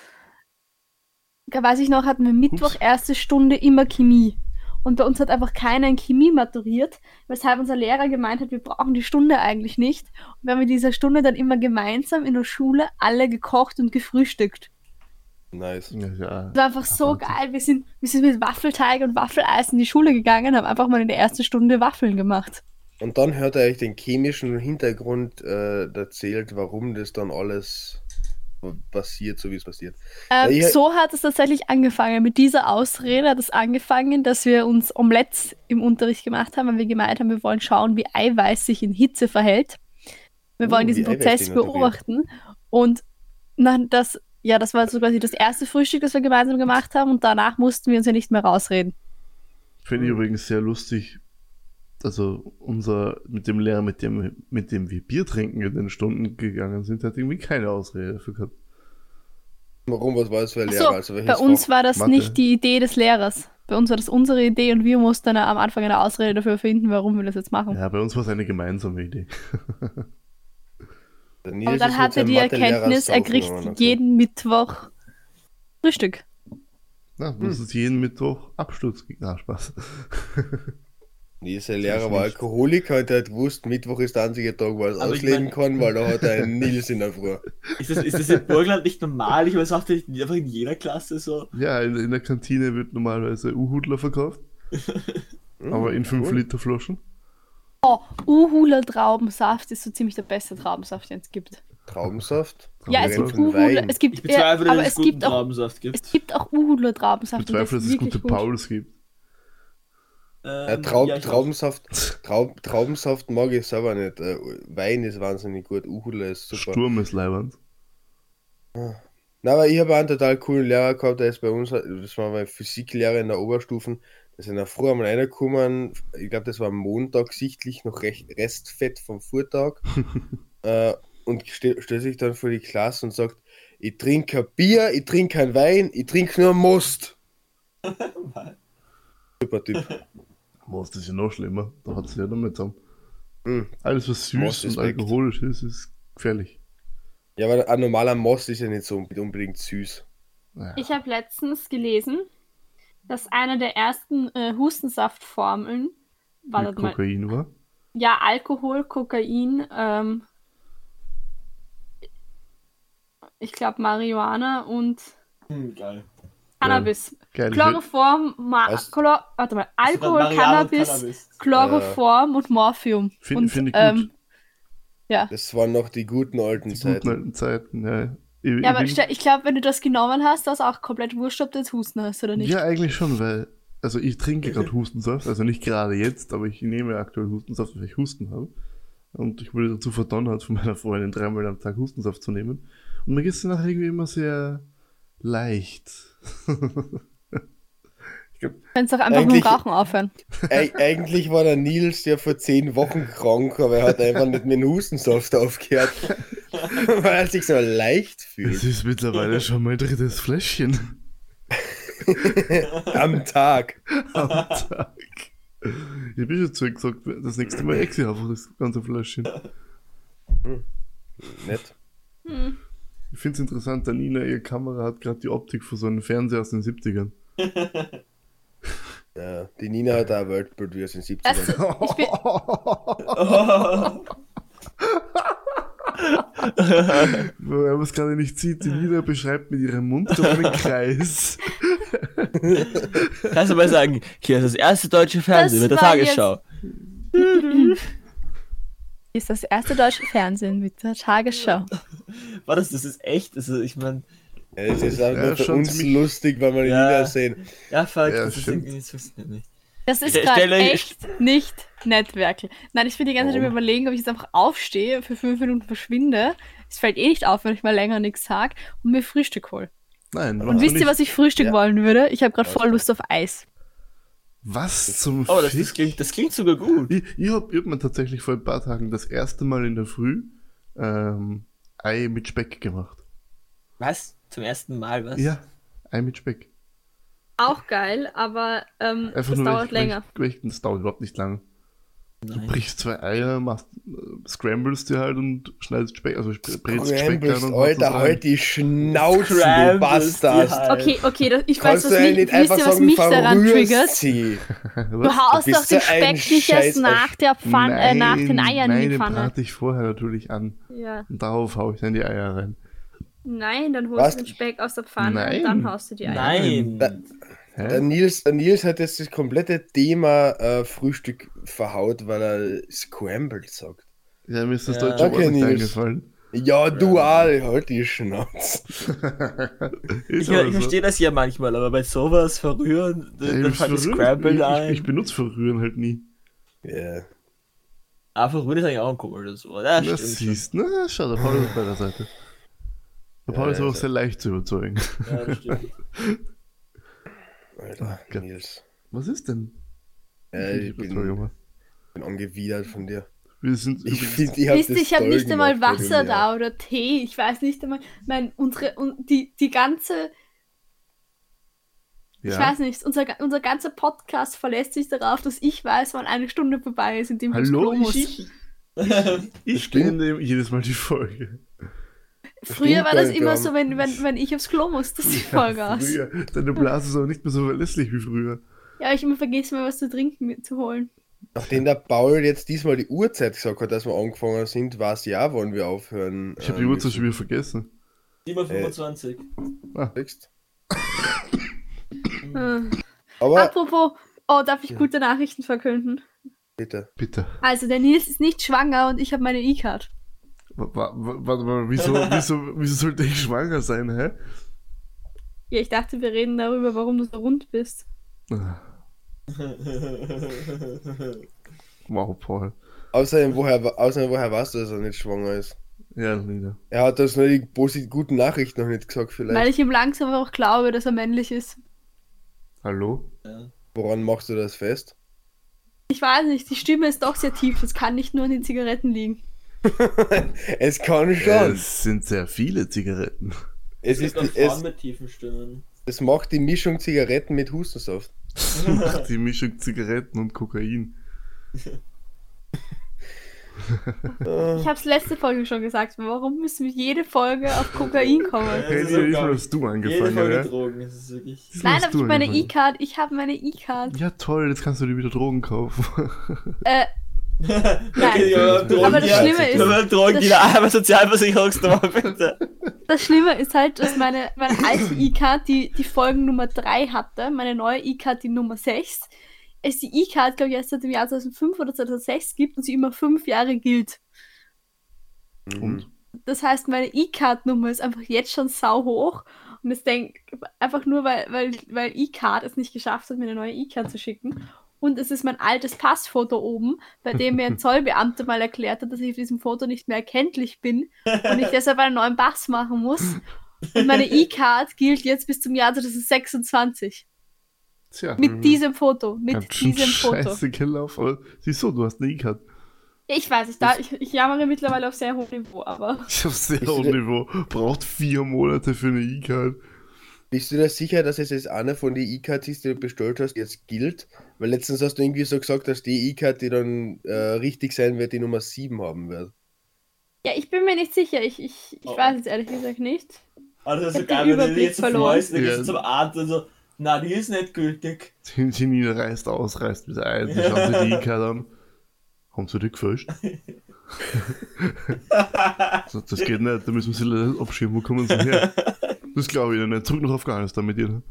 da weiß ich noch, hatten wir Mittwoch
Ups.
erste Stunde immer Chemie. Und bei uns hat einfach keiner in Chemie maturiert, weshalb unser Lehrer gemeint hat, wir brauchen die Stunde eigentlich nicht. Und wir haben in dieser Stunde dann immer gemeinsam in der Schule alle gekocht und gefrühstückt.
Nice.
Ja, ja.
Das war einfach so
Wahnsinn.
geil. Wir sind, wir sind mit Waffelteig und Waffeleis in die Schule gegangen, haben einfach mal in der ersten Stunde Waffeln gemacht.
Und dann hört er euch den chemischen Hintergrund äh, erzählt, warum das dann alles passiert, so wie es passiert.
Ähm,
Ja, ja.
So hat es tatsächlich angefangen. Mit dieser Ausrede hat es angefangen, dass wir uns Omelettes im Unterricht gemacht haben, weil wir gemeint haben, wir wollen schauen, wie Eiweiß sich in Hitze verhält. Wir
Oh,
wollen diesen
wie Eiweiß
Prozess
den unterwirkt.
beobachten. Und na, das, ja, das war so quasi das erste Frühstück, das wir gemeinsam gemacht haben. Und danach mussten wir uns ja nicht mehr rausreden.
Finde ich übrigens sehr lustig. Also unser, mit dem Lehrer, mit dem, mit dem wir Bier trinken in den Stunden gegangen sind, hat irgendwie keine Ausrede dafür gehabt.
Warum, was war es für ein Lehrer?
So,
also welches
bei uns
Fach?
war das
Mathe.
nicht die Idee des Lehrers. Bei uns war das unsere Idee und wir mussten dann am Anfang eine Ausrede dafür finden, warum wir das jetzt machen.
Ja, bei uns war es eine gemeinsame Idee.
Der
Aber
Nils
dann
ist
hat
mit
er
seinem
die
Mathelehrer
Erkenntnis, er
saufen
kriegt
gegangen, okay.
jeden Mittwoch Frühstück.
Na,
Hm.
das ist jeden Mittwoch Absturz. Na, Spaß.
Dieser
Das
Lehrer
ist
war
nicht- Also
Alkoholiker und er hat gewusst, Mittwoch ist der einzige Tag, wo er es
Aber ich
ausleben
mein-
kann, weil da hat er einen Nils in der Früh.
Ist das, ist das in Burgland nicht normal? Ich meine, das macht ja nicht einfach in jeder Klasse so.
Ja, in, in der Kantine wird normalerweise Uhudler verkauft,
Hm,
aber in 5
cool.
Liter Flaschen.
Uhula Traubensaft ist so ziemlich der beste Traubensaft, den es gibt.
Traubensaft.
ja, es
Traubensaft.
gibt
Wein.
Uhula, es
Ich
gibt, äh,
bezweifle,
aber
dass es
es
guten
gibt auch,
Traubensaft gibt.
es gibt auch Uhula Traubensaft.
Ich bezweifle, dass es gute Pauls gibt.
Ähm,
Ja, Traub,
ja, ich auch.
Traubensaft, Traub, Traubensaft mag ich selber nicht. Äh, Wein ist wahnsinnig gut, Uhula ist super.
Sturm ist leibernd.
Na, aber ich habe einen total coolen Lehrer gehabt, der ist bei uns, das war mein Physiklehrer in der Oberstufen, der ist in der Früh einmal reingekommen, ich glaube, das war am Montag sichtlich noch recht Restfett vom Vortag, äh, und ste- stellt sich dann vor die Klasse und sagt, Ich trinke kein Bier, ich trinke kein Wein, ich trinke nur Most. Super Typ.
Most ist ja noch schlimmer. Da hat es ja damit zusammen.
Mm.
Alles, was süß
Most ist
und
weg.
alkoholisch ist, ist gefährlich.
Ja, aber ein normaler Most ist ja nicht so unbedingt süß.
Naja.
Ich habe letztens gelesen, dass eine der ersten äh, Hustensaftformeln war
Mit
das mal.
Kokain war.
Ja, Alkohol, Kokain, ähm, ich glaube Marihuana und
Hm, geil.
Cannabis.
Geil.
Chloroform, Ma
Was?
Chlor warte mal, Alkohol,
Sogar Marihuana und
Cannabis, Chloroform und Morphium.
Fin-
und,
find ich gut.
ähm, ja.
Das waren noch die guten alten
Die guten
Zeiten.
alten Zeiten, ja. Ich,
Ja, aber
ich,
stell- ich glaube, wenn du das genommen hast, das ist auch komplett wurscht, ob du jetzt Husten hast oder nicht.
ja, eigentlich schon, weil. Also ich trinke gerade Hustensaft, also nicht gerade jetzt, aber ich nehme aktuell Hustensaft, weil ich Husten habe. Und ich wurde dazu verdonnert, von meiner Freundin dreimal am Tag Hustensaft zu nehmen. Und mir geht es danach irgendwie immer sehr leicht.
Du kannst doch einfach mit
Eigentlich-
dem Rauchen aufhören.
Eig eigentlich war der Nils ja vor zehn Wochen krank, aber er hat einfach nicht mit dem Hustensaft aufgehört. weil er sich so leicht
Es
fühlt.
ist mittlerweile schon mein drittes Fläschchen
Am Tag.
am Tag. Ich bin schon zurückgesagt, das nächste Mal exe ich einfach das ganze Fläschchen.
Nett.
Ich finde es interessant, der Nina, ihre Kamera hat gerade die Optik von so einem Fernseher aus den 70ern.
Ja, die Nina hat auch ein Weltbild wie aus den 70ern.
Das, ich bin,
Wenn man es gerade nicht sieht,
Ah.
die Nina beschreibt mit ihrem Mund so einen Kreis.
Kannst du mal sagen, hier ist das erste deutsche
Das
Fernsehen mit der
war jetzt-
Tagesschau.
ist das erste deutsche Fernsehen mit der Tagesschau.
War das, das ist echt, das ist, ich meine,
Ja, das ist auch
Ja,
nur für
schon
uns
ziemlich-
lustig, weil wir die
Ja.
Nina sehen.
ja, fuck,
Ja,
das ist
stimmt.
irgendwie, das funktioniert nicht.
Das ist
Ste-
gerade
stelle-
echt nicht nett, Werkel. Nein, ich bin die ganze Zeit
Warum?
am überlegen, ob ich jetzt einfach aufstehe, für fünf Minuten verschwinde. Es fällt eh nicht auf, wenn ich mal länger nichts sag und mir Frühstück hol.
Nein,
Und wisst ihr, was ich Frühstück
Ja.
wollen würde? Ich habe gerade voll
ist
Lust auf Eis.
Was zum
Oh, das,
Fick?
das, klingt, das klingt sogar gut.
Ich, ich habe hab mir tatsächlich vor ein paar Tagen das erste Mal in der Früh ähm, Ei mit Speck gemacht.
Was? Zum ersten Mal, was?
Ja, Ei mit Speck.
Auch geil, aber ähm, das
weil
dauert
ich- weil ich-
länger.
weil ich- Das dauert überhaupt nicht lange. Du
Nein.
brichst zwei Eier, machst, äh, scrambles die halt und schneidest Speck, also spr- brätst Speck
Scrambles,
und machst das
Alter,
rein.
halt die Schnauze, du
Scrambles,
Bastard.
die halt.
Okay, okay, das, ich weiß,
Kannst
was
du ja
mich,
nicht
wisst ihr,
einfach
was
sagen,
mich
du
daran triggert?
verrührst sie.
Du haust
bist
doch den
so ein
Speck nicht erst
scheiß
nach, der Pfanne, äh, nach den Eiern
nein,
in die
Nein, den
Pfanne.
brate ich vorher natürlich an.
Ja.
Und darauf haue ich dann die Eier rein.
Nein, dann holst
Was?
du den Speck aus der Pfanne
Nein.
und dann haust du die Eier.
Nein.
Hä?
Der Nils, der Nils hat jetzt das komplette Thema äh, Frühstück verhaut, weil er Scrambled sagt.
ja, mir ist das
Ja.
deutsche Wort
Okay,
nicht
Nils.
eingefallen.
Ja, du Aal, halt die Schnauze.
Ich,
Ist aber
ich verstehe das ja manchmal, aber bei sowas verrühren,
Ja,
dann
ich,
fand ich
verrühren-
Scramble
ich,
ein.
ich, ich benutze verrühren halt nie.
Ja.
ah, verrühren ist eigentlich auch ein komisches Wort. Ja, stimmt.
Das
schon.
siehst du. Na, schau, der Paul ist bei der Seite. Der Paul ist aber auch sehr leicht zu überzeugen.
Ja, stimmt.
Alter,
Gott.
Nils.
Was ist denn?
Ja, Ah, ich bin,
Überzeugung.
bin angewidert von dir.
Wir sind
Ich
übrigens-
finde, ich habe
Wisst ihr, ich habe nicht einmal Wasser da oder Tee. Ich weiß nicht einmal. Mein, unsere, un, die, die ganze, ich
ja.
weiß nicht, unser, unser ganzer Podcast verlässt sich darauf, dass ich weiß, wann eine Stunde vorbei ist, indem du
Hallo,
Klo musst.
ich,
Das
ich
stimmt.
beende jedes Mal die Folge.
Früher
stimmt
war das
gar nicht,
immer
ja.
so, wenn, wenn, wenn ich aufs Klo muss, dass die Folge aus.
Früher. Deine Blase ist aber nicht mehr so verlässlich wie früher.
Ja, ich immer vergesse mal was zu trinken mit, zu holen.
Nachdem der Paul jetzt diesmal die Uhrzeit gesagt hat, dass wir angefangen sind, war es ja, wann wir aufhören.
Ich habe die
ähm,
Uhrzeit schon wieder vergessen.
Äh. 725.
müssen.
Hm.
Aber
Apropos, oh, darf ich gute Nachrichten verkünden?
bitte.
Bitte.
Also, der Nils ist nicht schwanger und ich habe meine E-Card.
Wa- wa- wa- Warte mal, wieso, wieso, wieso sollte ich schwanger sein, hä?
Ja, ich dachte, wir reden darüber, warum du so rund bist.
Wow, Paul.
Außerdem, woher, wa- außerdem, woher weißt du, dass er nicht schwanger ist?
Ja, Nina.
Er hat das nur die posit- guten Nachrichten noch nicht gesagt,
Weil
vielleicht.
ich ihm langsam auch glaube, dass er männlich ist.
Hallo?
Woran machst du das fest?
Ich weiß nicht, die Stimme ist doch sehr tief. Das kann nicht nur an den Zigaretten liegen.
Es kann schon.
Es sind sehr viele Zigaretten.
Es
Es
ist,
gibt Frauen
es,
mit tiefen Stimmen.
es macht die Mischung Zigaretten mit Hustensaft.
Macht die Mischung Zigaretten und Kokain.
Äh,
Äh.
Ich hab's letzte Folge schon gesagt, warum müssen wir jede Folge auf Kokain kommen?
Das
Hey,
ist
die-
so
diesmal
geil.
hast du
Jede
angefangen,
Folge
ja?
Drogen, das ist wirklich.
Diesmal
Nein,
hast
hab ich
du
meine
angefangen.
E-Card, ich habe meine E-Card.
Ja, toll, jetzt kannst du dir wieder Drogen kaufen.
Äh,
Okay,
Aber
Drogen-
das Schlimme
Ja,
ist-
aber Drogen, die einmal Sozialversicherungsnummer, bitte.
das Schlimme ist halt, dass meine, meine alte E-Card, die die Folgen Nummer 3 hatte, meine neue E-Card, die Nummer 6, es die E-Card, glaube ich, erst seit dem Jahr 2005 oder 2006 gibt und sie immer fünf Jahre gilt.
Und?
Das heißt, meine E-Card-Nummer ist einfach jetzt schon sau hoch. Und das denk einfach nur, weil, weil, weil E-Card es nicht geschafft hat, mir eine neue E-Card zu schicken. Und es ist mein altes Passfoto oben, bei dem mir ein Zollbeamter mal erklärt hat, dass ich auf diesem Foto nicht mehr erkenntlich bin und ich deshalb einen neuen Pass machen muss. Und meine E-Card gilt jetzt bis zum Jahr 2026.
Tja,
Mit
Mhm.
diesem Foto. Mit
ganz schön
diesem Foto.
scheiße gelaufen. Aber siehst du, du hast eine E-Card.
Ich weiß, ich, da, ich, ich jammere mittlerweile auf sehr hohem Niveau, aber
Ich hab sehr
Ist
hohes
diese-
Niveau. Braucht vier Monate für eine E-Card.
Bist du dir sicher, dass es jetzt eine von den E-Cards ist, die du bestellt hast, jetzt gilt? Weil letztens hast du irgendwie so gesagt, dass die E-Card, die dann äh, richtig sein wird, die Nummer 7 haben wird.
ja, ich bin mir nicht sicher. Ich, ich, ich
Oh.
weiß es ehrlich gesagt nicht.
Also das
Ich
ist
hab
so geil, wenn
den
du dich
Überblick
jetzt
verloren.
freust, dann gehst
Ja.
du zum Arzt und so, na, die ist nicht gültig.
Die Genie reißt aus, reißt wieder ein. Die schauen sich die E-Card an. Haben sie dich gefälscht? So, das geht nicht, da müssen wir sie leider abschieben. Wo kommen sie her? Das glaube ich dir nicht. Zurück nach Afghanistan mit dir.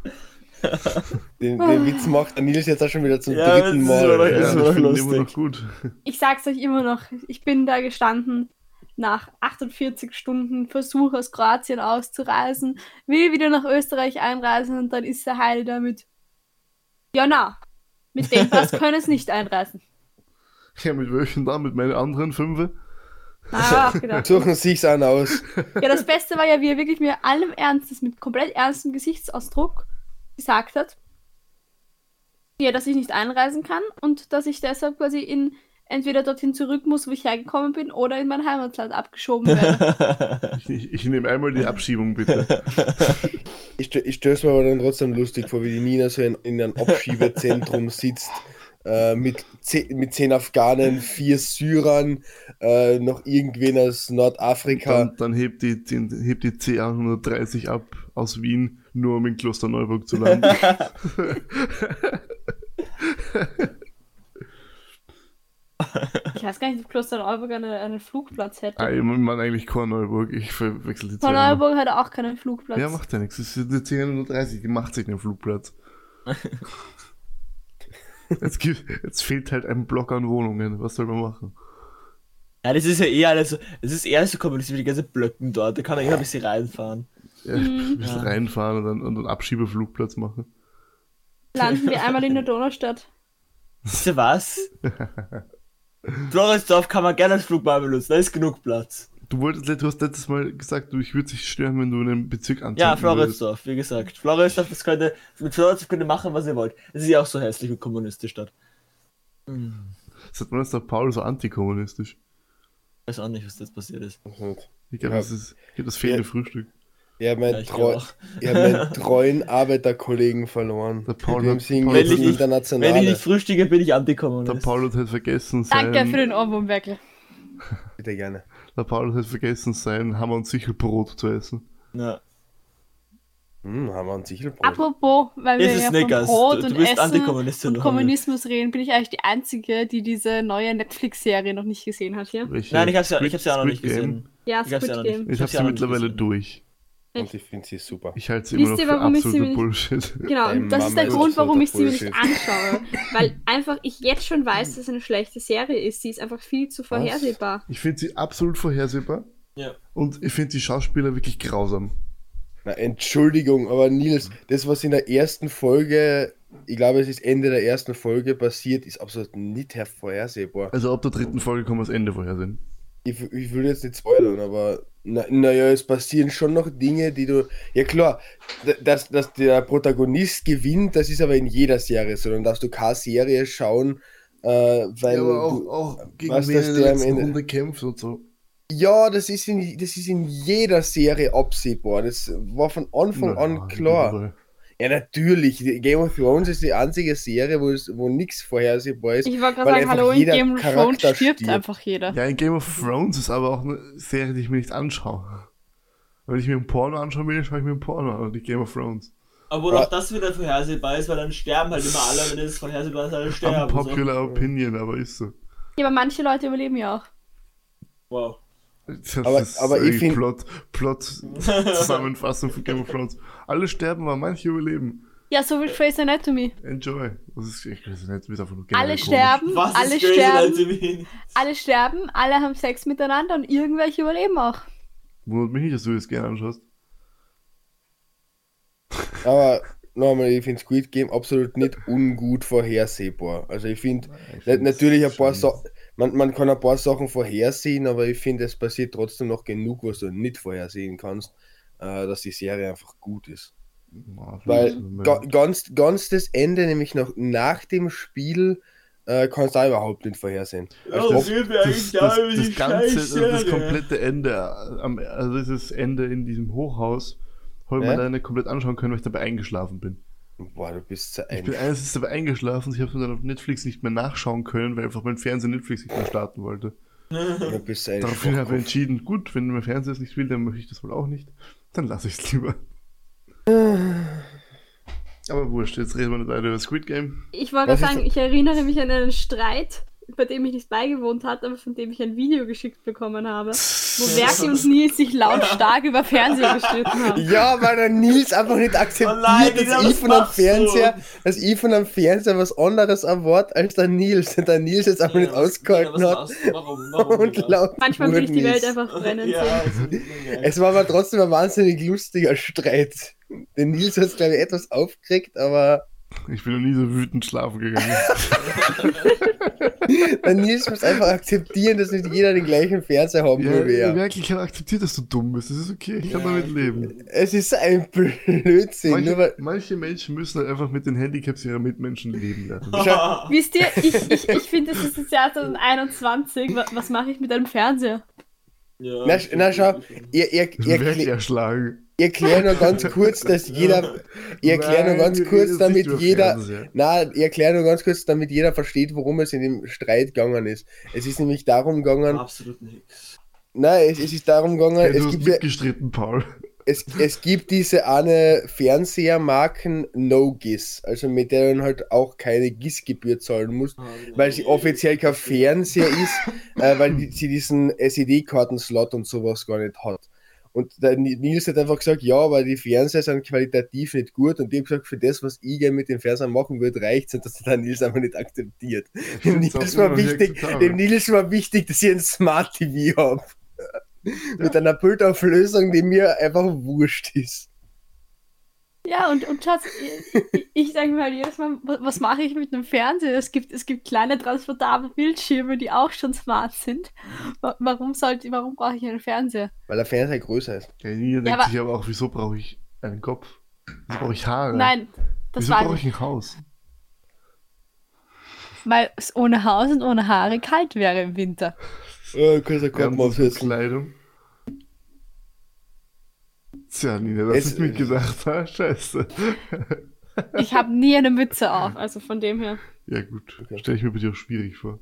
Den, den Witz macht der Nils jetzt auch schon wieder zum
Ah. Ja, aber
dritten
das ist aber- das
Mal.
Ja,
ist
ich
doch
finde die immer
lustig.
noch gut.
ich sag's euch immer noch, ich bin da gestanden nach 48 Stunden Versuch aus Kroatien auszureisen, will wieder nach Österreich einreisen und dann ist der Heil damit. Ja, na, mit dem Pass können sie nicht einreisen.
Ja, mit welchen dann? Mit meinen anderen Fünfe?
Ah, genau.
Suchen sich's an aus.
Ja, das Beste war ja, wie er wirklich mir allem Ernstes, mit komplett ernstem Gesichtsausdruck gesagt hat, ja, dass ich nicht einreisen kann und dass ich deshalb quasi in entweder dorthin zurück muss, wo ich hergekommen bin, oder in mein Heimatland abgeschoben werde.
Ich, ich, ich nehme einmal die Abschiebung, bitte.
Ich, stö- ich stelle mir aber dann trotzdem lustig vor, wie die Nina so in, in einem Abschiebezentrum sitzt. Äh, mit, zehn, mit zehn Afghanen, vier Syrern, äh, noch irgendwen aus Nordafrika.
Dann, dann hebt die, die, hebt die C130 ab aus Wien, nur um in Klosterneuburg zu landen.
Ich weiß gar nicht, ob Klosterneuburg einen, einen Flugplatz hätte.
ah, ich meine eigentlich Korneuburg, ich verwechsel die zwei.
Klosterneuburg hat auch keinen Flugplatz.
Ja, macht ja nichts. Es ist eine 1030, die macht sich den Flugplatz. jetzt, gibt, jetzt fehlt halt ein Block an Wohnungen. Was soll man machen?
Ja, das ist ja eh alles so, es ist eher so kompliziert mit den ganzen Blöcken dort, da kann man eh ein bisschen reinfahren.
Ja,
Hm.
ein bisschen
Ja.
reinfahren und dann, und dann Abschiebeflugplatz machen.
Landen wir einmal in der Donaustadt.
Wisst ihr was? Floridsdorf kann man gerne als Flugbahn benutzen, da ist genug Platz.
Du wolltest, du hast letztes Mal gesagt, du, ich würde dich stören, wenn du in einem Bezirk anziehst.
Ja, Floridsdorf, wie gesagt. Floridsdorf, das könnte, mit Floridsdorf könnt ihr machen, was ihr wollt. Es ist ja auch so hässlich und kommunistisch dort.
Seit wann ist der Paul so antikommunistisch?
Ich weiß auch nicht, was jetzt passiert ist.
Ich glaube,
Ja.
das ist ich glaub, das fehlende Frühstück.
Ja,
Ja,
mein
ich
Treu.
glaub auch.
Ich habe meinen treuen Arbeiterkollegen verloren.
Der Paul
Mit
hat-
dem singen
Paul hat-
jetzt die
Wenn ich-
Internationale.
Wenn ich nicht frühstücke, bin ich
Der
Antikommunist.
Paul hat halt vergessen sein.
Danke für den Ohrwurm, Werkel.
Bitte gerne.
der Paul hat halt vergessen sein Hammer und Sichelbrot zu essen.
Ja.
Hm, haben wir einen Sichelbrot.
Apropos, weil
Es
wir
ist
ja
Snickers.
von Brot
Du- du
und
bist
Essen
Antikommunistin,
und
du
Kommunismus reden, bin ich eigentlich die Einzige, die diese neue Netflix-Serie noch nicht gesehen hat hier.
Welche
Nein, ich hab's ja,
Squid-
ich hab's ja auch noch
Squid
nicht
Game.
gesehen.
Ja,
Ich hab's ja
Squid
noch nicht.
Game.
Ich
Ich
habe
hab's
sie
ja auch noch nicht
mittlerweile
gesehen.
durch.
Und ich finde sie super.
Ich halte sie
Wisst
immer noch
ihr,
für
warum ich sie
absolute
mir-
Bullshit.
Genau,
Ey,
und das ist der
Mama,
Grund,
ist das
warum ich sie mir
Bullshit.
nicht anschaue. Weil einfach ich jetzt schon weiß, dass es eine schlechte Serie ist. Sie ist einfach viel zu vorhersehbar.
Ich finde sie absolut vorhersehbar
Ja.
und ich finde die Schauspieler wirklich grausam.
Na, Entschuldigung, aber Nils, das, was in der ersten Folge, ich glaube, es ist Ende der ersten Folge passiert, ist absolut nicht her- vorhersehbar.
Also ab der dritten Folge kann man das Ende vorhersehen.
Ich, ich will jetzt nicht spoilern, aber naja, na ja, es passieren schon noch Dinge, die du. Ja, klar, d- dass, dass der Protagonist gewinnt, das ist aber in jeder Serie so. Dann darfst du keine Serie schauen, äh, weil. du-
auch
weißt, dass der am Ende-
kämpft und so.
Ja, das ist, in, das ist in jeder Serie absehbar. Das war von Anfang
Na,
an klar.
überall.
Ja, natürlich. Die Game of Thrones ist die einzige Serie, wo, es, wo nichts vorhersehbar ist.
Ich wollte
weil
gerade sagen,
einfach
hallo, in
jeder
Game of Thrones
Charakter
stirbt, einfach jeder.
Ja, in Game of Thrones ist aber auch eine Serie, die ich mir nicht anschaue. Wenn ich mir ein Porno anschauen will, schaue ich mir ein Porno an und nicht Game of Thrones.
Obwohl auch das wieder vorhersehbar ist, weil dann sterben halt immer alle, wenn es vorhersehbar ist, alle sterben. So.
Unpopular Opinion, aber ist so.
Ja, aber manche Leute überleben ja auch.
Wow.
Das
Aber-
ist
aber ich
irgendwie
find-
Plot, Plot Zusammenfassung von Game of Thrones. Alle sterben, aber manche überleben.
Ja, so wie Grey's Anatomy.
Enjoy. Das ist echt das ist jetzt wieder von
Alle sterben,
Was
alle
ist Grey's
sterben,
Anatomy?
alle sterben, alle haben Sex miteinander und irgendwelche überleben auch.
Wundert mich nicht, dass du das gerne anschaust.
Aber nochmal, ich finde Squid Game absolut nicht ungut vorhersehbar. Also ich finde na, natürlich ein paar Sachen, man, man kann ein paar Sachen vorhersehen, aber ich finde, es passiert trotzdem noch genug, was du nicht vorhersehen kannst, äh, dass die Serie einfach gut ist. Weil ga, ganz, ganz das Ende, nämlich noch nach dem Spiel, äh, kannst du auch überhaupt nicht vorhersehen.
Oh,
ob-
sind wir
das,
eigentlich
das,
da
das,
über die
ganze,
scheiß
das,
Serie?
komplette Ende, äh, am- also dieses Ende in diesem Hochhaus, habe ich
Ja?
mir leider nicht komplett anschauen können, weil ich dabei eingeschlafen bin.
Boah, du bist so
Ich bin
ein.
eines dabei eingeschlafen, ich habe es dann auf Netflix nicht mehr nachschauen können, weil einfach mein Fernseher Netflix nicht mehr starten wollte.
Du bist so ein
Daraufhin habe ich
Schwachkopf.
entschieden, gut, wenn mein Fernseher es nicht will, dann möchte ich das wohl auch nicht. Dann lasse ich es lieber.
Äh.
Aber wurscht, jetzt reden wir nicht weiter über Squid Game.
Ich wollte
Was
gerade
ist
sagen, ich erinnere mich an einen Streit, bei dem ich nicht beigewohnt hatte, aber von dem ich ein Video geschickt bekommen habe, wo Werke und Nils sich lautstark über Fernsehen gestritten haben.
Ja, weil der Nils einfach nicht akzeptiert,
Oh nein, Nils,
dass,
was
ich von einem
machst du?
Fernseher, dass ich von einem Fernseher was anderes erwarte als der Nils. Und der Nils jetzt einfach
Ja,
nicht
was-
ausgehalten
ja, was
hat.
machst du? Warum? Warum?
Und
Digga?
laut
Manchmal will ich die
wurden
Welt
ist.
einfach brennen sehen.
Ja, also, das ist mega geil.
Es war aber trotzdem ein wahnsinnig lustiger Streit. Der Nils hat es, glaube ich, etwas aufgeregt, aber
Ich bin noch nie so wütend schlafen gegangen.
der Nils muss einfach akzeptieren, dass nicht jeder den gleichen Fernseher haben
ja,
will wie er.
wirklich, ich habe akzeptiert, dass du dumm bist. Das ist okay, ich kann
Ja,
damit
okay.
leben.
Es ist ein Blödsinn. Nur
Manche,
weil,
manche Menschen müssen halt einfach mit den Handicaps ihrer Mitmenschen leben lernen.
Ah,
Wisst ihr, ich, ich, ich finde, es ist das Jahr 2021. Was, was mache ich mit einem Fernseher?
ja.
na, na schau, ihr, ihr, ihr,
Wirklich erschlagen.
Ich erkläre nur ganz kurz, dass jeder. Ich erkläre nur
Nein,
ganz
wir reden
kurz,
jetzt
damit
nicht über
jeder.
Fernseher.
Na, ich erkläre nur ganz kurz, damit jeder versteht, worum es in dem Streit gegangen ist. Es ist nämlich darum gegangen.
Absolut nichts.
Nein, es, es ist darum gegangen,
Ja, du
es,
hast
gibt, ja-
mitgestritten, Paul.
es, es gibt diese eine Fernsehermarken No-Giss, also mit der man halt auch keine GIS-Gebühr zahlen muss, weil sie offiziell kein Fernseher ist, äh, weil die, sie diesen SED-Karten-Slot und sowas gar nicht hat. Und der Ni- Nils hat einfach gesagt, ja, aber die Fernseher sind qualitativ nicht gut und ich habe gesagt, für das, was ich gerne mit den Fernsehern machen würde, reicht es, dass der Nils einfach nicht akzeptiert. Dem
find's
Nils,
auch
war
immer wieder
wichtig,
akzeptabel.
dem Nils war wichtig, dass ich ein Smart TV habe. Mit einer Bildauflösung, die mir einfach wurscht ist.
Ja, und, und Schatz, ich, ich sage mal jedes Mal, wa- was mache ich mit einem Fernseher? Es gibt, es gibt kleine transportable Bildschirme, die auch schon smart sind. Wa- Warum sollte, warum brauche ich einen Fernseher?
Weil der Fernseher größer ist.
Ja, jeder denkt
aber-
sich aber auch, wieso brauche ich einen Kopf? Wieso brauche ich Haare?
Nein, das
wieso
war
brauche
nicht.
ich ein Haus?
Weil es ohne Haus und ohne Haare kalt wäre im Winter.
Äh, kannst du
Wir haben
Kopf
so viel
aufsetzen.
Kleidung. Tja, Nina, das
Es-
ist mir gedacht. Ha, scheiße.
Ich habe nie eine Mütze auf, also von dem her.
Ja, gut. Stelle ich mir bitte auch schwierig vor.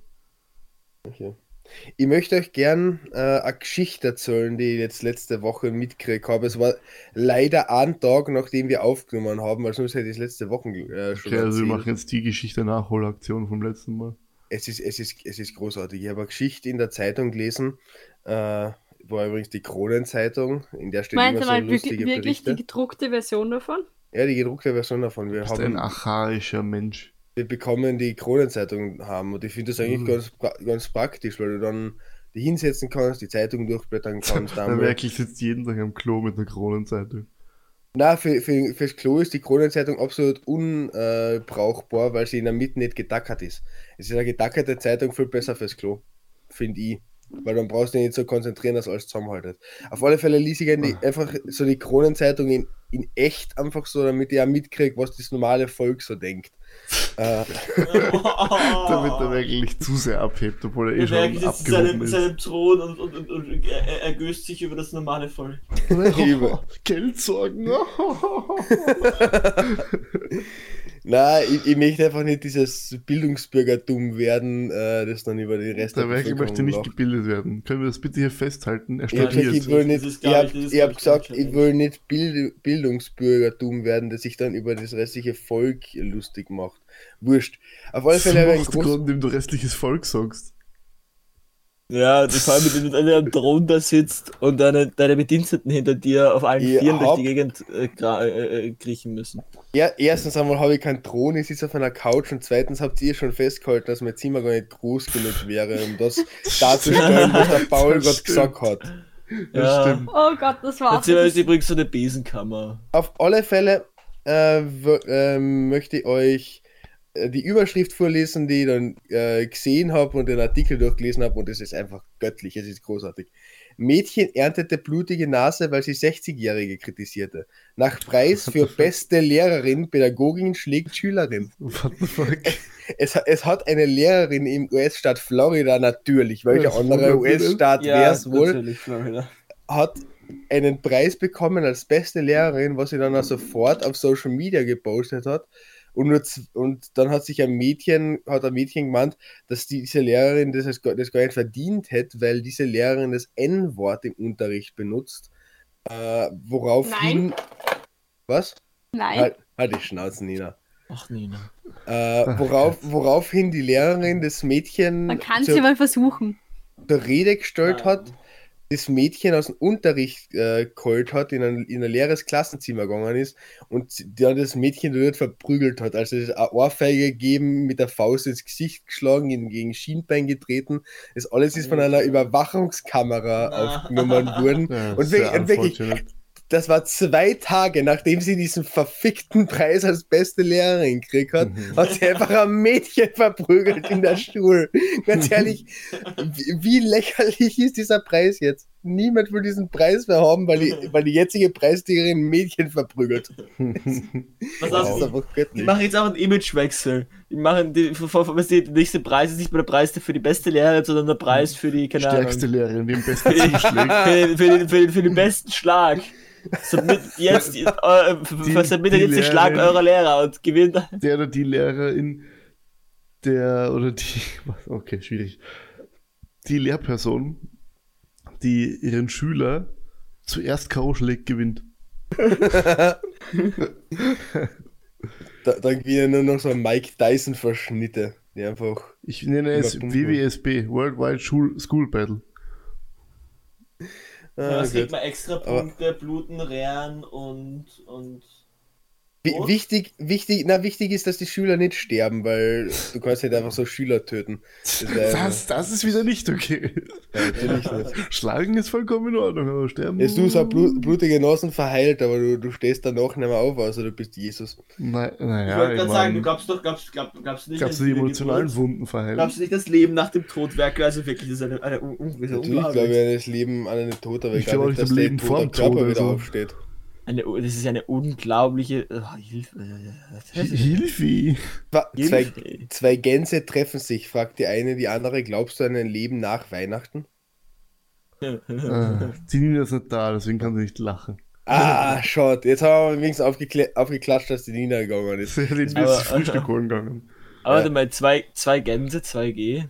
Ich möchte euch gern äh, eine Geschichte erzählen, die ich jetzt letzte Woche mitgekriegt habe. Es war leider ein Tag, nachdem wir aufgenommen haben, weil sonst hätte ich es letzte Woche äh, schon
Okay, also wir
erzählt.
machen jetzt die Geschichte Nachholaktion vom letzten Mal.
Es ist, es ist, es ist großartig. Ich habe eine Geschichte in der Zeitung gelesen, äh, war übrigens die Kronenzeitung, in der steht
Meinst du
immer so
mal wirklich,
lustige
wirklich
Berichte.
die gedruckte Version davon?
Ja, die gedruckte Version davon. Wir,
Du bist ein
haben,
archaischer Mensch.
wir bekommen die Kronenzeitung haben und ich finde das eigentlich
Mhm.
ganz, pra- ganz praktisch, weil du dann die hinsetzen kannst, die Zeitung durchblättern kannst.
Da wirklich sitzt jeden Tag am Klo mit einer Kronenzeitung.
Na, für, für, fürs Klo ist die Kronenzeitung absolut unbrauchbar, äh, brauchbar, weil sie in der Mitte nicht getackert ist. Es ist eine getackerte Zeitung viel besser fürs Klo, finde ich. Weil dann brauchst du dich nicht so konzentrieren, dass alles zusammenhaltet. Auf alle Fälle ließ ich die,
Ah.
einfach so die Kronenzeitung in, in echt einfach so, damit ich auch mitkriege, was das normale Volk so denkt.
damit
Oh.
der Merkel nicht zu sehr abhebt, obwohl er eh
Der
schon
Merkel sitzt in seinem,
abgehoben
in
ist.
seinem Thron und, und, und, und er, er- er gößt sich über das normale Volk.
Über.
Geldsorgen.
Nein, ich, ich möchte einfach nicht dieses Bildungsbürgertum werden, äh, das dann über den Rest
der Merkel möchte
Bevölkerung
nicht
läuft.
gebildet werden. Können wir das bitte hier festhalten? Er
Ich hab
studiert.
gesagt,
studiert.
ich will
Das ist
nicht,
gar
ich hab,
nicht- das ist
ich
gar
hab
nicht
gesagt,
Deutschland.
ich will nicht Bild, Bildungsbürgertum werden, das sich dann über das restliche Volk lustig macht. Wurscht. Auf alle Fälle habe ich einen
Suchst
großen...
Grund, dem du restliches Volk sagst.
Ja, die vor allem, wenn du mit einem Thron da sitzt und deine, deine Bediensteten hinter dir auf allen
Ihr
Vieren durch die
habt-
Gegend äh, gra- äh, äh, kriechen müssen.
Ja, erstens einmal habe ich keinen Thron, ich sitze auf einer Couch und zweitens habt ihr schon festgehalten, dass mein Zimmer gar nicht groß genug wäre, um das darzustellen, was der Paul gerade
Das stimmt.
gesagt hat.
Das
ja.
stimmt.
Oh Gott, das
Das Zimmer ist
war's.
übrigens so eine Besenkammer.
Auf alle Fälle äh, w- ähm, möchte ich euch äh, die Überschrift vorlesen, die ich dann äh, gesehen habe und den Artikel durchgelesen habe und es ist einfach göttlich, es ist großartig. Mädchen erntete blutige Nase, weil sie 60-Jährige kritisierte. Nach Preis für beste Lehrerin, Pädagogin schlägt Schülerin.
What the fuck?
Es, ha- es hat eine Lehrerin im US-Staat Florida natürlich, welcher
Ja,
andere
wunderbar.
US-Staat wäre es wohl,
natürlich, Florida.
hat einen Preis bekommen als beste Lehrerin, was sie dann auch sofort auf Social Media gepostet hat. Und, nur z- und dann hat sich ein Mädchen, hat ein Mädchen gemeint, dass diese Lehrerin das, als gar- das gar nicht verdient hätte, weil diese Lehrerin das N-Wort im Unterricht benutzt. Äh, woraufhin.
Nein.
Was?
Nein.
Halt, halt die Schnauze, Nina.
Ach, Nina.
Äh, worauf, woraufhin die Lehrerin das Mädchen
Man kann es ja
zur,
mal versuchen.
zur Rede gestellt
Nein.
hat, das Mädchen aus dem Unterricht äh, geholt hat, in ein, in ein leeres Klassenzimmer gegangen ist und sie- dann das Mädchen dort verprügelt hat. Also es ist eine Ohrfeige gegeben, mit der Faust ins Gesicht geschlagen, ihn gegen Schienbein getreten. Das alles ist von einer Überwachungskamera aufgenommen worden.
Ja,
Und
sehr
wirklich- und wirklich-
unfortunate.
Das war zwei Tage, nachdem sie diesen verfickten Preis als beste Lehrerin gekriegt hat,
Mhm.
hat sie einfach ein Mädchen verprügelt in der Schule. Ganz ehrlich, wie, wie lächerlich ist dieser Preis jetzt? Niemand will diesen Preis mehr haben, weil die, weil die jetzige Preisträgerin ein Mädchen verprügelt.
Was
Das
hast
ist
du?
einfach
Die
göttlich.
machen jetzt auch einen Imagewechsel. Die machen die, vor- vor- was die, der nächste Preis ist nicht mehr der Preis für die beste Lehrerin, sondern der Preis für die, keine
Hm. Stärkste
Ahnung.
Lehrerin, die am besten zuschlägt.
Für den, für, den, für, den, für den besten Schlag. Submit jetzt, äh,
Die-
submitet
die
jetzt den Schlag
Lehrerin.
eurer Lehrer und gewinnt.
der oder die Lehrerin, der oder die, was, okay, schwierig, die Lehrperson, die ihren Schüler zuerst K.O. schlägt, gewinnt.
Da, dann gehen nur noch so Mike Dyson-Verschnitte, die einfach.
Ich nenne es
Überpunkt.
WWSB, Worldwide Schul School Battle.
Ah,
Ja, es
Gott.
kriegt man extra Punkte, Bluten, Rähren und. und
Wi- Wichtig, wichtig, na, wichtig ist, dass die Schüler nicht sterben, weil du kannst nicht einfach so Schüler töten. Das wär-
Das, das ist wieder nicht okay.
Ja, natürlich nicht.
Schlagen ist vollkommen in Ordnung, aber sterben.
Es du so blu- blutige Nasen verheilt, aber du, du stehst danach nicht mehr auf, also du bist Jesus.
Nein,
ich
naja,
wollte
ich
gerade sagen, du
mein,
gabst doch, gabst, gab, gabst du nicht.
gab's
ein
die emotionalen
Wiedergeburt?
Wunden verheilen.
Glaubst du nicht das Leben nach dem Tod wäre also wirklich das ist eine, eine, un- un- eine
Natürlich glaube ich
unglaubliche.
an das Leben, an einen Tod, aber
Ich
gar
glaube
nicht,
auch nicht am
der
Leben
tote
vorm Tod
Körper
oder
wieder
so.
aufsteht.
Eine, das ist eine unglaubliche. Oh, Hilfe.
Hilfi.
Wa- Zwei,
Hilfe.
zwei Gänse treffen sich, fragt die eine die andere, glaubst du an ein Leben nach Weihnachten?
Ah, die Nina ist nicht da, deswegen kann sie nicht lachen.
Ah, schaut, jetzt haben wir wenigstens aufgekla aufgeklatscht, dass die Nina gegangen ist.
Sie hat jetzt
Aber-
Frühstück holen gegangen.
Aber warte mal, zwei, zwei Gänse, 2G.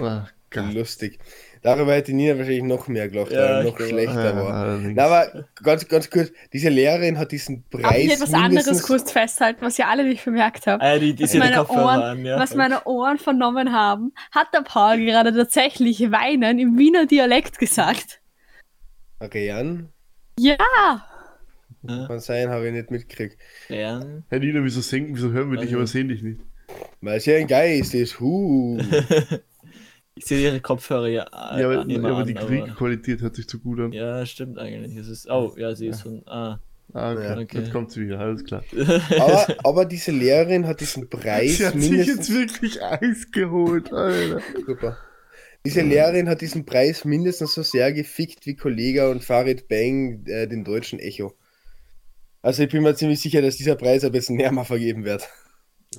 Ach, geil.
Lustig. Darüber hätte die Nina wahrscheinlich noch mehr gelacht,
Ja,
weil er
ich
noch
glaub auch.
schlechter
Ja,
war.
allerdings.
Na, aber ganz, ganz kurz, diese Lehrerin hat diesen
Aber ich
Preis.
hätte was anderes
mindestens-
kurz festhalten, was ihr alle nicht bemerkt habt.
Ah, die, die
Was
sind
meine,
Kopfhörer
Ohren,
an, ja.
was meine Ohren vernommen haben, hat der Paul gerade tatsächlich weinen im Wiener Dialekt gesagt.
Rian?
Ja,
Kann sein, habe ich nicht mitgekriegt.
Bären.
Herr Nina, wieso sinken, wieso hören wir dich,
Also-
aber sehen dich nicht?
Weil sie ein Geist ist. Huh.
Ich sehe ihre Kopfhörer ja. äh,
ja, aber,
immer
ja, aber
an,
die Qualität hört sich zu gut an.
Ja, stimmt eigentlich. Es ist, oh, ja, sie ist von. Ah.
Ah, okay.
Ja.
Jetzt kommt sie wieder, alles klar.
aber, aber diese Lehrerin hat diesen Preis
Sie hat sich jetzt
mindestens.
wirklich Eis geholt, Alter.
Super. Diese Lehrerin hat diesen Preis mindestens so sehr gefickt wie Kollega und Farid Bang äh, den deutschen Echo. Also ich bin mir ziemlich sicher, dass dieser Preis ab jetzt näher mal vergeben wird.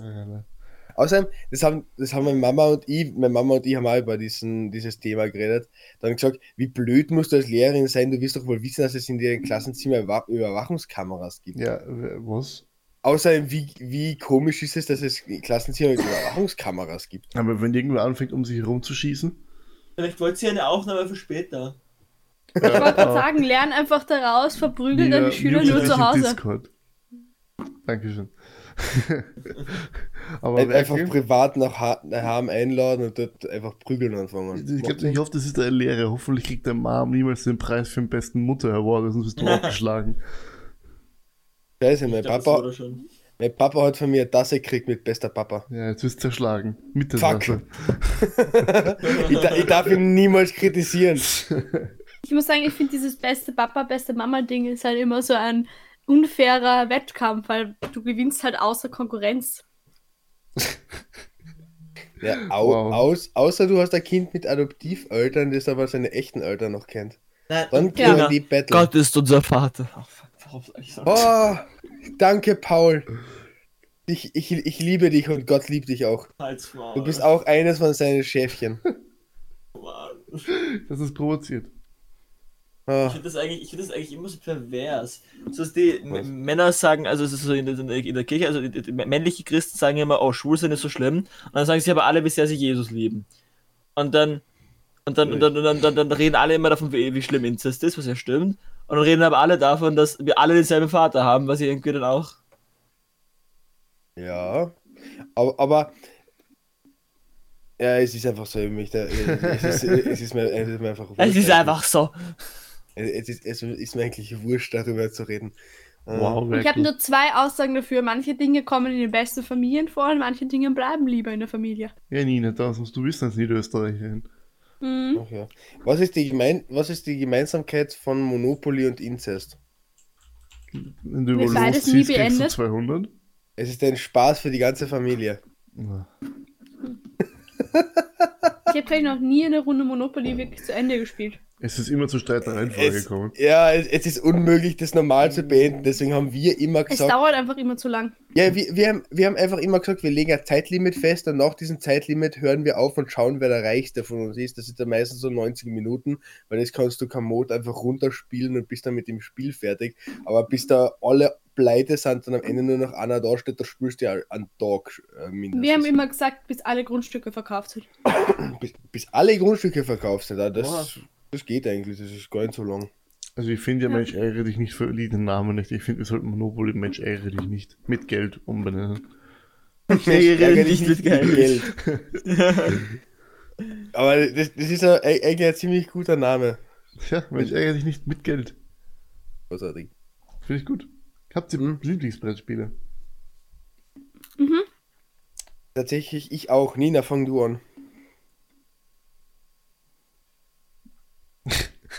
Außerdem, das haben, das haben meine Mama und ich, meine Mama und ich haben auch über diesen, dieses Thema geredet. Dann gesagt, wie blöd musst du als Lehrerin sein? Du wirst doch wohl wissen, dass es in den Klassenzimmer Wa- Überwachungskameras gibt.
Ja, w- was?
Außerdem, wie, wie komisch ist es, dass es in Klassenzimmer Überwachungskameras gibt?
Aber wenn irgendwer anfängt, um sich herumzuschießen.
Vielleicht wollt ihr eine Aufnahme für später.
Ich wollte gerade sagen, lern einfach daraus, verprügel deine Schüler
mute
nur
dich
zu
im
Hause.
Discord. Dankeschön. Aber
Ein-
wer-
Einfach privat nach Ha- nach Harm einladen und dort einfach prügeln anfangen.
ich, glaub, ich hoffe, das ist eine Lehre. Hoffentlich kriegt der Mom niemals den Preis für den besten Mutter-Award, sonst bist du abgeschlagen.
Scheiße, mein
Ich glaub, das
Papa,
wurde schon.
mein Papa hat von mir eine Tasse gekriegt mit bester Papa.
Ja, jetzt wirst du zerschlagen. Mit der
Fuck.
Sache.
Ich, da, ich darf ihn niemals kritisieren.
Ich muss sagen, ich finde dieses beste Papa, beste Mama-Ding ist halt immer so ein unfairer Wettkampf, weil du gewinnst halt außer Konkurrenz.
Ja, au,
Wow.
aus, außer du hast ein Kind mit Adoptiveltern, das aber seine echten Eltern noch kennt. Dann
Ja.
können die betteln.
Gott ist unser Vater. Oh, fuck, warum soll ich sagen?
Oh, danke, Paul. Ich, ich, ich liebe dich und Gott liebt dich auch.
Halsmaul.
Du bist auch eines von seinen Schäfchen.
Mann.
Das ist provoziert.
Ah.
Ich finde das, eigentlich- ich find das eigentlich immer so pervers. So dass die M- Männer sagen, also es ist so in, der- in, der- in der Kirche, also die, die männliche Christen sagen immer, oh, schwul sein ist so schlimm. Und dann sagen sie aber alle, wie sehr sie Jesus lieben. Und dann, und dann, und dann, und dann, dann, dann reden alle immer davon, wie, wie schlimm Inzest ist, was ja stimmt. Und dann reden aber alle davon, dass wir alle denselben Vater haben, was ja irgendwie dann auch.
Ja. Aber, aber ja, es ist einfach so, ich möchte, es ist, es ist, mir, es ist mir einfach wurscht.
Es ist einfach so.
Es ist, es ist mir eigentlich wurscht, darüber zu reden. Äh,
Wow,
Ich habe
wirklich.
nur zwei Aussagen dafür. Manche Dinge kommen in den besten Familien vor und manche Dinge bleiben lieber in der Familie.
Ja, Nina, das musst du wissen als Niederösterreicherin.
Mhm.
Ach ja. Was ist die, Gemein was ist die Gemeinsamkeit von Monopoly und Inzest?
Wenn du
Mir
über
ist beides
los
nie
ziehst, kriegst du
beendet.
200.
Es ist ein Spaß für die ganze Familie.
Ja.
Ich habe vielleicht noch nie eine Runde Monopoly wirklich zu Ende gespielt.
Es ist immer zu Streitereien
Es,
vorgekommen.
ja, es, es ist unmöglich, das normal zu beenden. Deswegen haben wir immer
Es
gesagt,
dauert einfach immer zu lang.
ja, wir, wir, haben, wir haben einfach immer gesagt, wir legen ein Zeitlimit fest und nach diesem Zeitlimit hören wir auf und schauen, wer der Reichste von uns ist. Das sind dann meistens so 90 Minuten, weil das kannst du kein Mod einfach runterspielen und bist dann mit dem Spiel fertig. Aber bis da alle pleite sind und am Ende nur noch einer da steht, da spürst du ja einen Tag äh, mindestens.
Wir haben immer gesagt, bis alle Grundstücke verkauft sind.
bis, bis alle Grundstücke verkauft sind. aber Das,
Boah.
das geht eigentlich, das ist gar nicht so lang.
Also ich finde ja,
Ja.
Mensch, ärgere dich nicht, verlieh den Namen nicht. Ich finde, wir sollten Monopoly Mensch, ärgere dich nicht mit Geld umbenennen.
Ärgere dich
Ärgerlich
mit Geld.
Aber das, das ist ein- eigentlich ein ziemlich guter Name.
Ja, Mensch, ärgere dich nicht mit Geld.
Großartig.
Finde ich gut. Habt ihr Lieblingsbrettspiele?
Tatsächlich, ich auch. Nina, fang du an.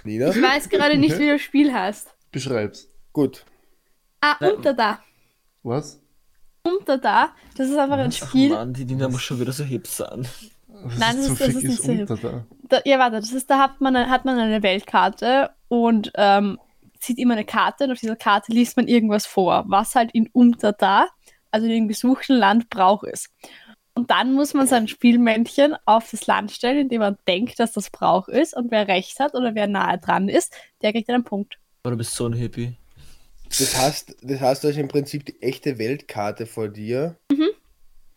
Nina?
Ich weiß gerade nicht, wie das Spiel heißt.
Beschreib's.
Gut.
Ah, unter da.
Was?
Unter da. Das ist einfach ein Spiel.
Mann, die Nina muss schon wieder so hip sein.
Was
Nein, das
zum
ist- das
Fick
ist nicht so
unter da?
da, ja, warte, das ist, da hat man, hat man eine Weltkarte und ähm, sieht immer eine Karte und auf dieser Karte liest man irgendwas vor, was halt in Umtata, also in dem gesuchten Land, Brauch ist. Und dann muss man sein Spielmännchen auf das Land stellen, indem man denkt, dass das Brauch ist und wer recht hat oder wer nahe dran ist, der kriegt einen Punkt.
Aber du bist so ein Hippie.
Das heißt, das heißt, du hast im Prinzip die echte Weltkarte vor dir.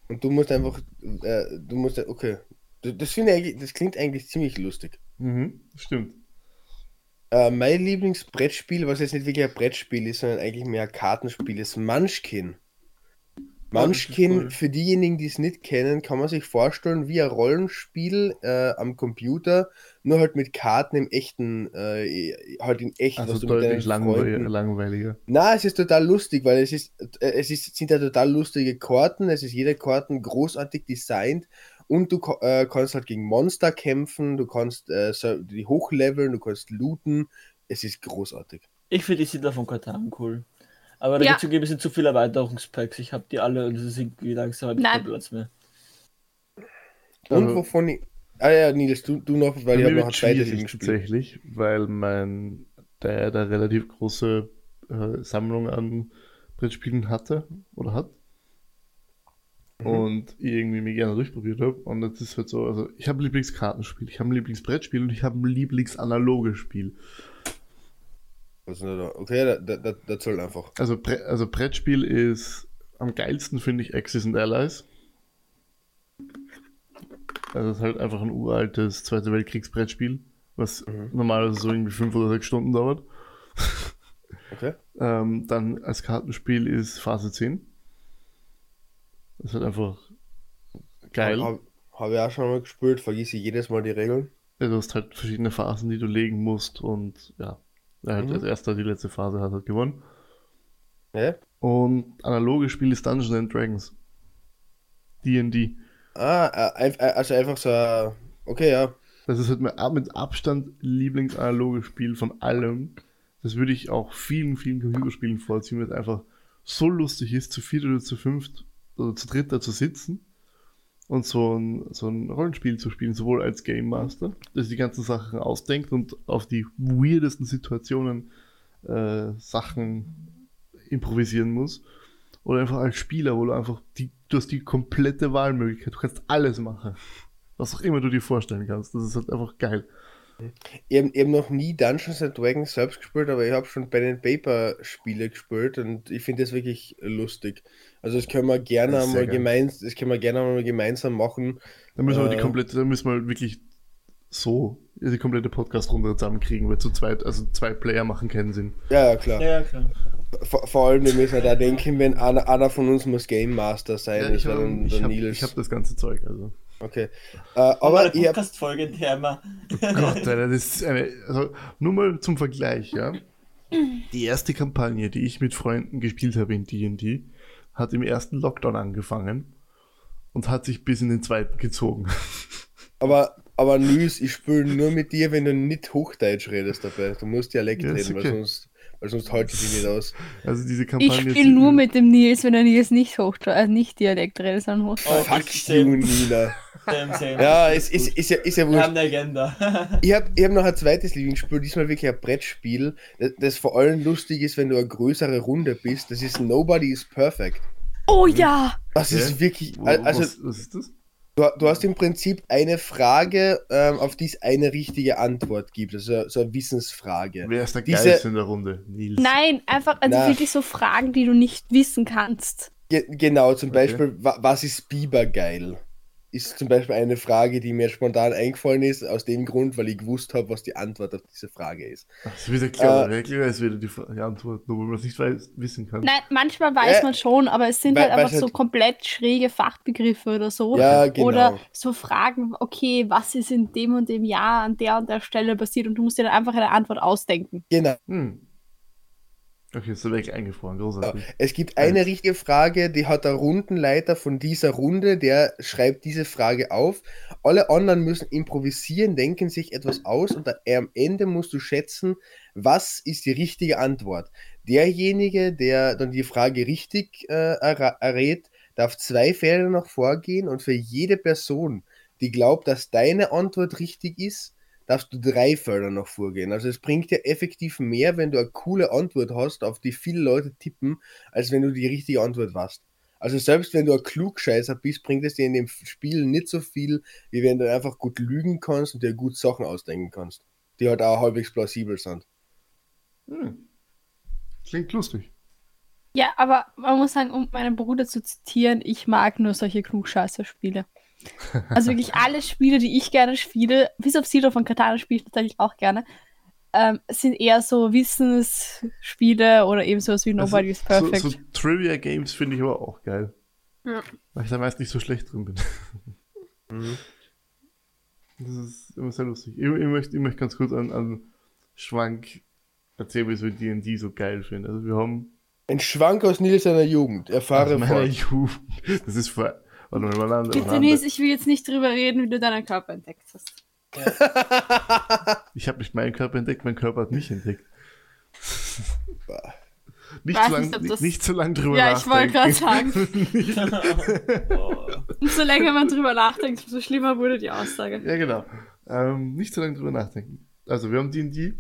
Und du musst einfach, äh, du musst, okay. Das, das, finde ich, eigentlich- das klingt eigentlich ziemlich lustig.
Mhm, stimmt.
Äh, mein Lieblingsbrettspiel, was jetzt nicht wirklich ein Brettspiel ist, sondern eigentlich mehr ein Kartenspiel, ist Munchkin. Munchkin, für diejenigen, die es nicht kennen, kann man sich vorstellen wie ein Rollenspiel äh, am Computer, nur halt mit Karten im echten, äh, halt in echt,
Also
du mit
deutlich
deinen
langweil
Freunden-
langweiliger.
na, es ist total lustig, weil es ist, äh, es ist, sind ja total lustige Karten. Es ist jede Karten großartig designt und du ko- äh, kannst halt gegen Monster kämpfen, du kannst äh, so- die hochleveln, du kannst looten. Es ist großartig.
Ich finde die Siedler von Katan cool. Aber da
Ja.
gibt es ein bisschen zu viele Erweiterungspacks. Ich habe die alle und es ist irgendwie langsam hab ich
Nein.
keinen Platz mehr.
Und
Also-
wovon ich. Ah ja, Nils, du, du noch, weil ich
Bei mir
habe noch ein
wird's
zweites
schwierig
im Spiel.
tatsächlich, weil mein Dad eine relativ große äh, Sammlung an Brettspielen hatte oder hat.
Mhm.
und ich irgendwie mir gerne durchprobiert habe. Und das ist halt so, also ich habe ein Lieblingskartenspiel, ich habe ein Lieblingsbrettspiel und ich habe ein Lieblingsanaloges Spiel.
Was ist denn da? Okay, da, da, da, das soll einfach.
Also, Bre also Brettspiel ist am geilsten, finde ich, Axis and Allies. Also es ist halt einfach ein uraltes Zweite Weltkriegsbrettspiel, was normalerweise so irgendwie fünf oder sechs Stunden dauert.
Okay.
Ähm, dann als Kartenspiel ist Phase 10. Das ist halt einfach geil.
Habe hab ich auch schon mal gespielt, vergiss ich jedes Mal die Regeln.
Ja, Du hast halt verschiedene Phasen, die du legen musst und ja, wer halt
Mhm.
als erster die letzte Phase hat, hat gewonnen.
Ja?
Und analoges Spiel ist Dungeons and Dragons. D&D.
Ah, äh, einf- äh, also einfach so. äh, Okay, ja.
Das ist halt mein ab- mit Abstand Lieblingsanaloges Spiel von allem. Das würde ich auch vielen, vielen Computerspielen vorziehen, weil es einfach so lustig ist, zu viert oder zu fünft oder zu dritt da zu sitzen und so ein, so ein Rollenspiel zu spielen, sowohl als Game Master, dass die ganzen Sachen ausdenkt und auf die weirdesten Situationen äh, Sachen improvisieren muss. Oder einfach als Spieler, wo du einfach die, du hast die komplette Wahlmöglichkeit, du kannst alles machen. Was auch immer du dir vorstellen kannst. Das ist halt einfach geil.
Ich habe hab noch nie Dungeons and Dragons selbst gespielt, aber ich habe schon Pen and Paper Spiele gespielt und ich finde das wirklich lustig. Also das können wir gerne
Das ist sehr
einmal
geil.
gemeinsam, das können wir gerne einmal gemeinsam machen.
Da müssen wir die
Äh.
komplette, da müssen wir halt wirklich so die komplette Podcast-Runde zusammenkriegen, weil zu zweit, also zwei Player machen keinen Sinn.
Ja, ja klar.
Ja, ja, klar.
Vor, vor allem, wir müssen da denken, wenn einer, einer von uns muss Game Master sein,
Ja,
das
ich
wäre
habe
dann,
ich
dann
hab,
Nils.
ich hab das ganze Zeug, also.
okay. Äh, aber
ich
ich habe
Podcast-Folge, in der immer.
Gott, Alter, das ist eine, also nur mal zum Vergleich, ja. Die erste Kampagne, die ich mit Freunden gespielt habe in D&D, hat im ersten Lockdown angefangen und hat sich bis in den zweiten gezogen.
aber, aber Nils, ich spiele nur mit dir, wenn du nicht Hochdeutsch redest dabei. Du musst Dialekt
Ja, ist
reden, weil
okay.
sonst, weil sonst halte ich dich nicht aus.
Also diese
Ich
Kampagne...
spiele
ist-
nur mit dem Nils, wenn der Nils nicht Hochdeutsch, also nicht Dialekt redet, sondern Hochdeutsch.
Oh,
Fuck you,
same,
Nina.
same, same.
Ja, ist, ist, ist, ja, ist ja
Wir
wurscht.
haben eine Agenda.
Ich habe ich hab noch ein zweites Lieblingsspiel, diesmal wirklich ein Brettspiel, das, das vor allem lustig ist, wenn du eine größere Runde bist. Das ist Nobody is Perfect.
Oh ja!
Das
Hä?
ist wirklich.
Wo-
Also,
was, was ist das?
Du, du hast im Prinzip eine Frage, ähm, auf die es eine richtige Antwort gibt. Also so eine Wissensfrage.
Wer ist der
Diese-
Geilste in der Runde? Nils.
Nein, einfach, also
Na.
wirklich so Fragen, die du nicht wissen kannst.
Ge genau, zum
Okay.
Beispiel, wa was ist Bibergeil? Ist zum Beispiel eine Frage, die mir spontan eingefallen ist, aus dem Grund, weil ich gewusst habe, was die Antwort auf diese Frage ist.
Das ist wieder klar,
Äh,
wer klar ist wieder die, Fra- die Antwort, nur weil man es nicht weiß, wissen kann.
Nein, manchmal weiß
Äh,
man schon, aber es sind
wei-
halt einfach
weiß
so
halt-
komplett schräge Fachbegriffe oder so.
Ja, genau.
Oder so Fragen, okay, was ist in dem und dem Jahr an der und der Stelle passiert und du musst dir dann einfach eine Antwort ausdenken.
Genau.
Hm. Okay, ist der Weg eingefroren, großartig.
Es gibt eine richtige Frage, die hat der Rundenleiter von dieser Runde, der schreibt diese Frage auf. Alle anderen müssen improvisieren, denken sich etwas aus und da- am Ende musst du schätzen, was ist die richtige Antwort. Derjenige, der dann die Frage richtig äh, erra- errät, darf zwei Felder noch vorgehen und für jede Person, die glaubt, dass deine Antwort richtig ist, darfst du drei Felder noch vorgehen. Also es bringt dir effektiv mehr, wenn du eine coole Antwort hast, auf die viele Leute tippen, als wenn du die richtige Antwort warst. Also selbst wenn du ein Klugscheißer bist, bringt es dir in dem Spiel nicht so viel, wie wenn du einfach gut lügen kannst und dir gut Sachen ausdenken kannst, die halt auch halbwegs plausibel sind.
Hm. Klingt lustig.
Ja, aber man muss sagen, um meinen Bruder zu zitieren, ich mag nur solche Klugscheißer-Spiele. Also wirklich alle Spiele, die ich gerne spiele, bis auf Siedler von Katana spiele ich tatsächlich auch gerne, ähm, sind eher so Wissensspiele oder eben sowas wie Nobody is
Also,
Perfect.
So, so Trivia Games finde ich aber auch geil. Weil ich da meist nicht so schlecht drin bin. Das ist immer sehr lustig. Ich, ich, möchte, ich möchte ganz kurz an, an Schwank erzählen, wieso ich D&D so geil finde. Also wir haben
Ein Schwank aus Nils seiner Jugend. Erfahre
aus meiner
fort.
Jugend. Das ist vor. Warte mal, mal an,
Bitte Nils, ich will jetzt nicht drüber reden, wie du deinen Körper entdeckt hast.
Ich habe nicht meinen Körper entdeckt, mein Körper hat mich entdeckt.
Bah.
Nicht
Weiß
zu, lang,
nicht, ob das-
nicht zu lang drüber
Ja, ich wollte gerade
nachdenken.
sagen.
Nicht-
oh.
Umso länger man drüber nachdenkt, umso schlimmer wurde die Aussage.
ja, genau. Ähm, nicht zu lange drüber nachdenken. Also, wir haben D&D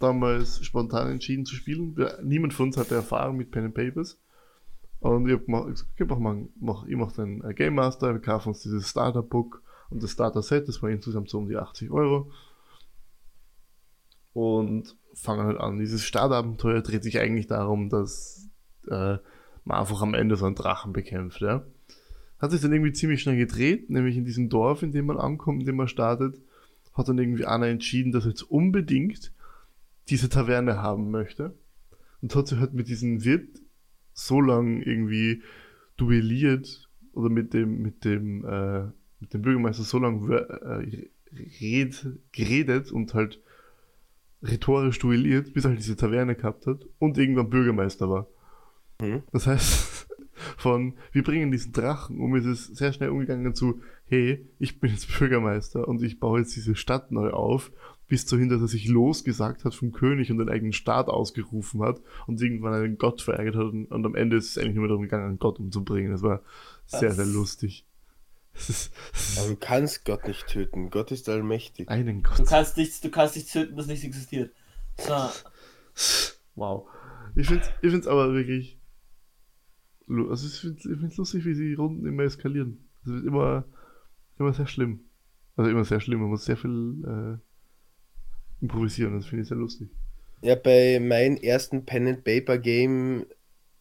damals spontan entschieden zu spielen. Wir, niemand von uns hatte Erfahrung mit Pen and Papers. Und ich hab gemacht, ich gesagt, okay, mach mal, mach, ich mach den äh, Game Master, wir kaufen uns dieses Starter-Book und das Starter-Set, das war insgesamt so um die 80 Euro. Und fangen halt an. Dieses Startabenteuer dreht sich eigentlich darum, dass äh, man einfach am Ende so einen Drachen bekämpft, ja. Hat sich dann irgendwie ziemlich schnell gedreht, nämlich in diesem Dorf, in dem man ankommt, in dem man startet, hat dann irgendwie einer entschieden, dass er jetzt unbedingt diese Taverne haben möchte. Und hat sich halt mit diesem Wirt so lang irgendwie duelliert oder mit dem, mit dem, äh, mit dem Bürgermeister so lang äh, red, geredet und halt rhetorisch duelliert, bis er halt diese Taverne gehabt hat und irgendwann Bürgermeister war.
Mhm.
Das heißt, von wir bringen diesen Drachen um, ist es sehr schnell umgegangen zu, hey, ich bin jetzt Bürgermeister und ich baue jetzt diese Stadt neu auf, bis dahin, dass er sich losgesagt hat vom König und den eigenen Staat ausgerufen hat und irgendwann einen Gott verärgert hat und, und am Ende ist es eigentlich nur mehr darum gegangen, einen Gott umzubringen. Das war sehr,
Das-
sehr lustig. Das ist, das
Aber
ist
du kannst Gott nicht töten. Gott ist allmächtig.
einen
Du
Gott.
kannst nichts, du kannst nichts töten, das nicht existiert. So,
Wow. Ich finde ich find's aber wirklich. lu- Also ich finde ich find's lustig, wie die Runden immer eskalieren. Es wird immer, immer sehr schlimm. Also immer sehr schlimm. Man muss sehr viel äh, improvisieren. Das finde ich sehr lustig.
Ja, bei meinem ersten Pen and Paper Game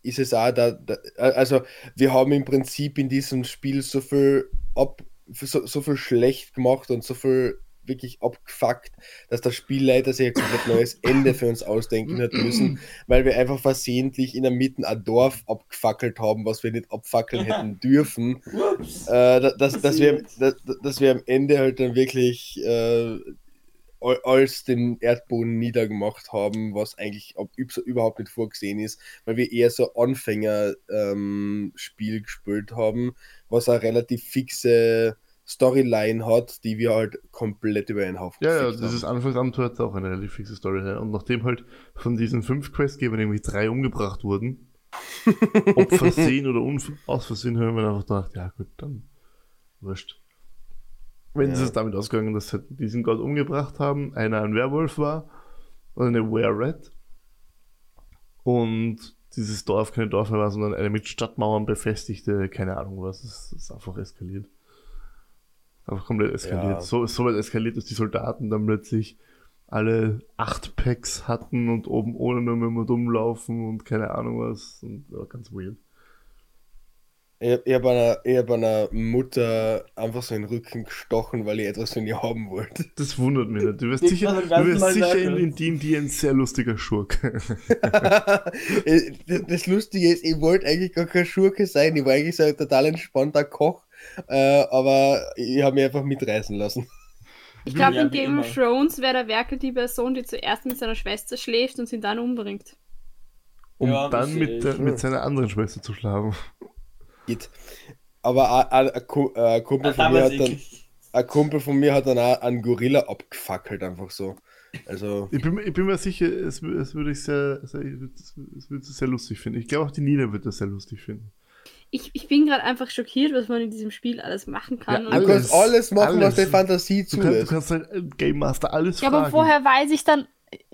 ist es auch da, da also wir haben im Prinzip in diesem Spiel so viel ab, so, so viel schlecht gemacht und so viel wirklich abgefuckt, dass das Spiel leider sich ein komplett neues Ende für uns ausdenken hat müssen, weil wir einfach versehentlich in der Mitte ein Dorf abgefackelt haben, was wir nicht abfackeln hätten dürfen.
ups.
Äh, da- dass, dass, wir, dass, dass wir am Ende halt dann wirklich äh, all- alles den Erdboden niedergemacht haben, was eigentlich ab- üb- überhaupt nicht vorgesehen ist, weil wir eher so Anfängerspiel gespielt haben, was eine relativ fixe Storyline hat, die wir halt komplett über den Haufen
Ja, ja,
gefickt
dieses
haben.
Anfangsamt hat auch eine relativ fixe Story. ja. Und nachdem halt von diesen fünf Questgebern irgendwie drei umgebracht wurden, ob versehen oder unv- aus Versehen, haben wir dann einfach gedacht, ja gut, dann wurscht. Wenn es
Ja.
ist damit ausgegangen, dass sie diesen Gott umgebracht haben, einer ein Werwolf war oder eine Were-Rat und dieses Dorf keine Dorf mehr war, sondern eine mit Stadtmauern befestigte, keine Ahnung was, es ist einfach eskaliert. Einfach komplett eskaliert.
Ja.
So, so weit eskaliert, dass die Soldaten dann plötzlich alle acht Packs hatten und oben ohne nur mehr mit rumlaufen und keine Ahnung was. Und ja, ganz weird.
Ich, ich habe einer, ich hab einer Mutter einfach so in den Rücken gestochen, weil ich etwas von ihr haben wollte.
Das wundert mich nicht. Du wirst
Ich
sicher,
kann das
du
Ganze
wirst
mal
sicher in,
sagen.
in D&D ein sehr lustiger Schurke.
Äh, das das Lustige ist, ich wollte eigentlich gar kein Schurke sein, ich war eigentlich so ein total entspannter Koch, äh, aber ich habe mich einfach mitreißen lassen.
Ich glaube,
Ja,
in
wie
Game of
immer.
Thrones wäre der Werkel die Person, die zuerst mit seiner Schwester schläft und sie dann umbringt.
Um
Ja,
dann
das
mit,
ist-
der, mit seiner anderen Schwester zu schlafen.
Geht. Aber a- a- a Ku- äh, ein Kumpel von mir
Damals
hat dann,
eklig.
ein Kumpel von mir hat dann auch einen Gorilla abgefackelt, einfach so. Also,
Ich bin, ich bin mir sicher, es, wü- es würde ich sehr, sehr, ich würd- es wü- es würde es sehr lustig finden. Ich glaube auch die Nina wird das sehr lustig finden.
Ich, ich bin gerade einfach schockiert, was man in diesem Spiel alles machen kann.
Ja,
und-
du
alles.
kannst alles machen, was der
alles.
Fantasie
Du, kannst, du
zulässt.
kannst halt Game Master alles
ja
fragen.
aber vorher weiß ich dann.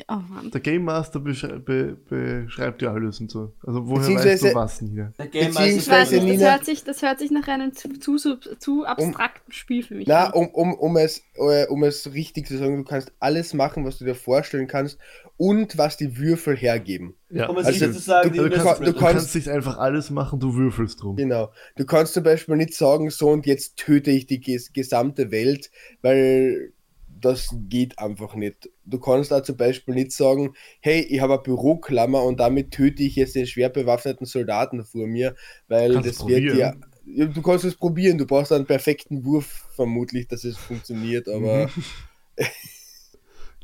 Oh Mann.
Der Game Master beschrei- be, beschreibt ja alles und so. Also woher weißt
Beziehungsweise-
du was, Nina?
Der Game
Ich weiß
Beziehungsweise
Master-
nicht,
Nina-
das, hört sich, das hört sich nach einem zu, zu, sub- zu abstrakten Spiel für mich
Na,
an.
um, um, um, es, äh, um es richtig zu sagen, du kannst alles machen, was du dir vorstellen kannst und was die Würfel hergeben.
Ja,
Um es
also,
sicher zu sagen,
du-
die
du,
Nina
kannst,
ist
du
blöd.
kannst nicht einfach alles machen, du würfelst drum.
Genau. Du kannst zum Beispiel nicht sagen, so und jetzt töte ich die ges gesamte Welt, weil das geht einfach nicht. Du kannst da zum Beispiel nicht sagen, hey, ich habe eine Büroklammer und damit töte ich jetzt den schwer bewaffneten Soldaten vor mir, weil
Kannst
das wird ja.
probieren.
Ja, Du kannst es probieren, du brauchst einen perfekten Wurf, vermutlich, dass es funktioniert,
Mhm.
aber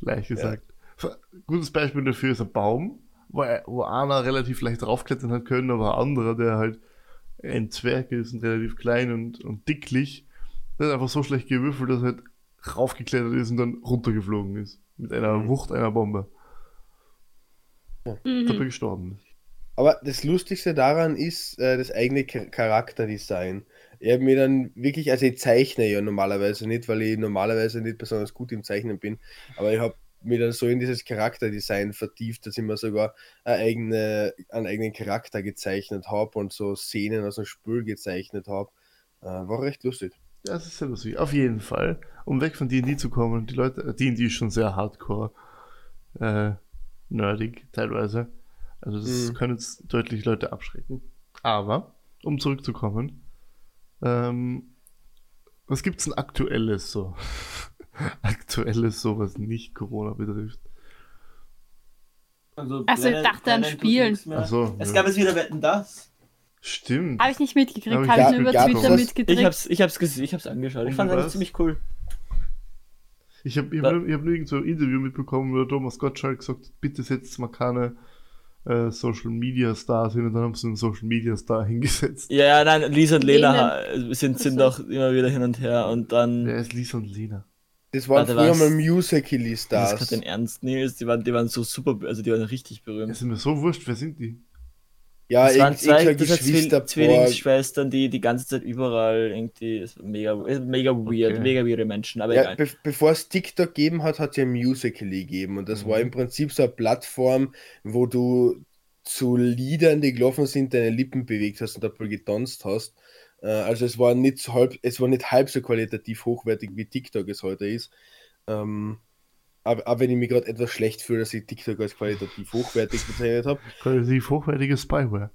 Leicht gesagt. Ein Gutes Beispiel dafür ist ein Baum, wo, äh, wo einer relativ leicht draufklettern hat können, aber ein anderer, der halt ein Zwerg ist und relativ klein und, und dicklich, der hat einfach so schlecht gewürfelt, dass er halt raufgeklettert ist und dann runtergeflogen ist. Mit einer Wucht einer Bombe. Dabei
Mhm.
gestorben ist.
Aber das Lustigste daran ist äh, das eigene Cha- Charakterdesign. Ich habe mir dann wirklich, also ich zeichne ja normalerweise nicht, weil ich normalerweise nicht besonders gut im Zeichnen bin, aber ich habe mir dann so in dieses Charakterdesign vertieft, dass ich mir sogar eine eigene, einen eigenen Charakter gezeichnet habe und so Szenen aus dem Spiel gezeichnet habe. Äh, war recht lustig.
Das ist sehr lustig. Auf jeden Fall. Um weg von D&D zu kommen, die Leute, äh, D&D ist schon sehr hardcore, äh, nerdig teilweise. Also das
Mhm.
können jetzt deutlich Leute abschrecken. Aber, um zurückzukommen, ähm, was gibt's denn aktuelles so? aktuelles so, was nicht Corona betrifft.
Also,
Ach so, ich dachte an
tut
Spielen.
nichts mehr.
Ach so,
es
ja.
gab jetzt wieder Wetten, das.
Stimmt.
Habe ich nicht mitgekriegt,
Aber
habe
ich
ich
gab-
nur über
gab's
Twitter
das?
Ich
mitgekriegt.
hab's, ich hab's, gesehen, ich hab's angeschaut. Ich
Und
fand
was?
das ziemlich cool.
Ich habe ich
Da-
hab, nur- ich hab nirgendwo ein Interview mitbekommen, wo der Thomas Gottschalk gesagt hat, bitte setzt mal keine äh, Social Media Stars hin und dann haben sie einen Social Media Star hingesetzt.
Ja, ja, nein, Lisa und Lena
Lena.
äh, sind, sind
Ach
doch immer wieder hin und her und dann.
Wer ist Lisa und Lena?
Das waren
Warte,
früher
was?
mal music
Das ist gerade
stars
den Ernst nehmen, die waren, die waren so super, also die waren richtig berühmt.
Es ist mir so wurscht, wer sind die?
Ja,
das waren zwei
irgendwelche
das waren Zwill-
Geschwisterpaar.
Zwillingsschwestern, die die ganze Zeit überall irgendwie, es war mega, es war mega weird,
Okay.
mega weirde Menschen, aber
Ja,
egal.
be bevor es TikTok gegeben hat, hat es ja Musical.ly gegeben und das
Mhm.
war im Prinzip so eine Plattform, wo du zu Liedern, die gelaufen sind, deine Lippen bewegt hast und dabei getanzt hast. Äh, Also es war nicht so halb, es war nicht halb so qualitativ hochwertig wie TikTok es heute ist. Ähm, aber, aber wenn ich mich gerade etwas schlecht fühle, dass ich TikTok als qualitativ hochwertig bezeichnet habe.
Qualitativ hochwertige Spyware.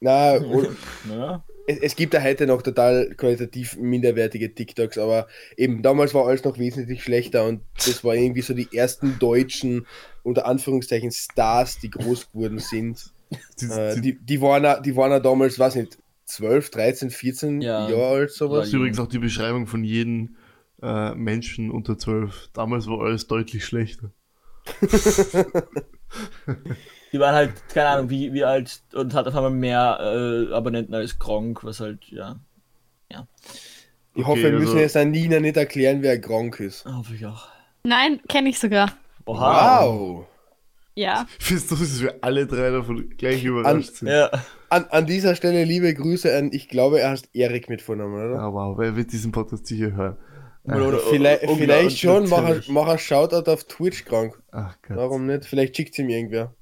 Na, und,
Ja.
es, es gibt ja heute noch total qualitativ minderwertige TikToks, aber eben damals war alles noch wesentlich schlechter und das war irgendwie so die ersten deutschen, unter Anführungszeichen, Stars, die groß geworden sind.
Die,
Äh,
die,
die, die, waren, ja- die waren ja damals, weiß nicht, 12, 13, 14
Ja.
Jahre alt,
das
sowas.
ist übrigens auch die Beschreibung von jedem äh, Menschen unter 12. Damals war alles deutlich schlechter.
Die waren halt, keine Ahnung, wie, wie alt und hat auf einmal mehr äh, Abonnenten als Gronk, was halt, ja.
Ich hoffe, wir
Okay,
müssen
also-
jetzt an Nina nicht erklären, wer Gronk ist.
Hoffe ich auch.
Nein, kenne ich sogar.
Oha.
Ja.
Ich finde es lustig, dass wir alle drei davon gleich überrascht sind.
Ja.
An, an dieser Stelle liebe Grüße an, ich glaube, er heißt Erik mit Vornamen, oder?
Ah, wow, wer wird diesen Podcast sicher hören?
Oder-
Vielleicht,
oder-
vielleicht schon, mach ein-
natürlich.
mach ein Shoutout auf Twitch, Gronk.
Ach Gott.
Warum nicht? Vielleicht schickt ihm irgendwer.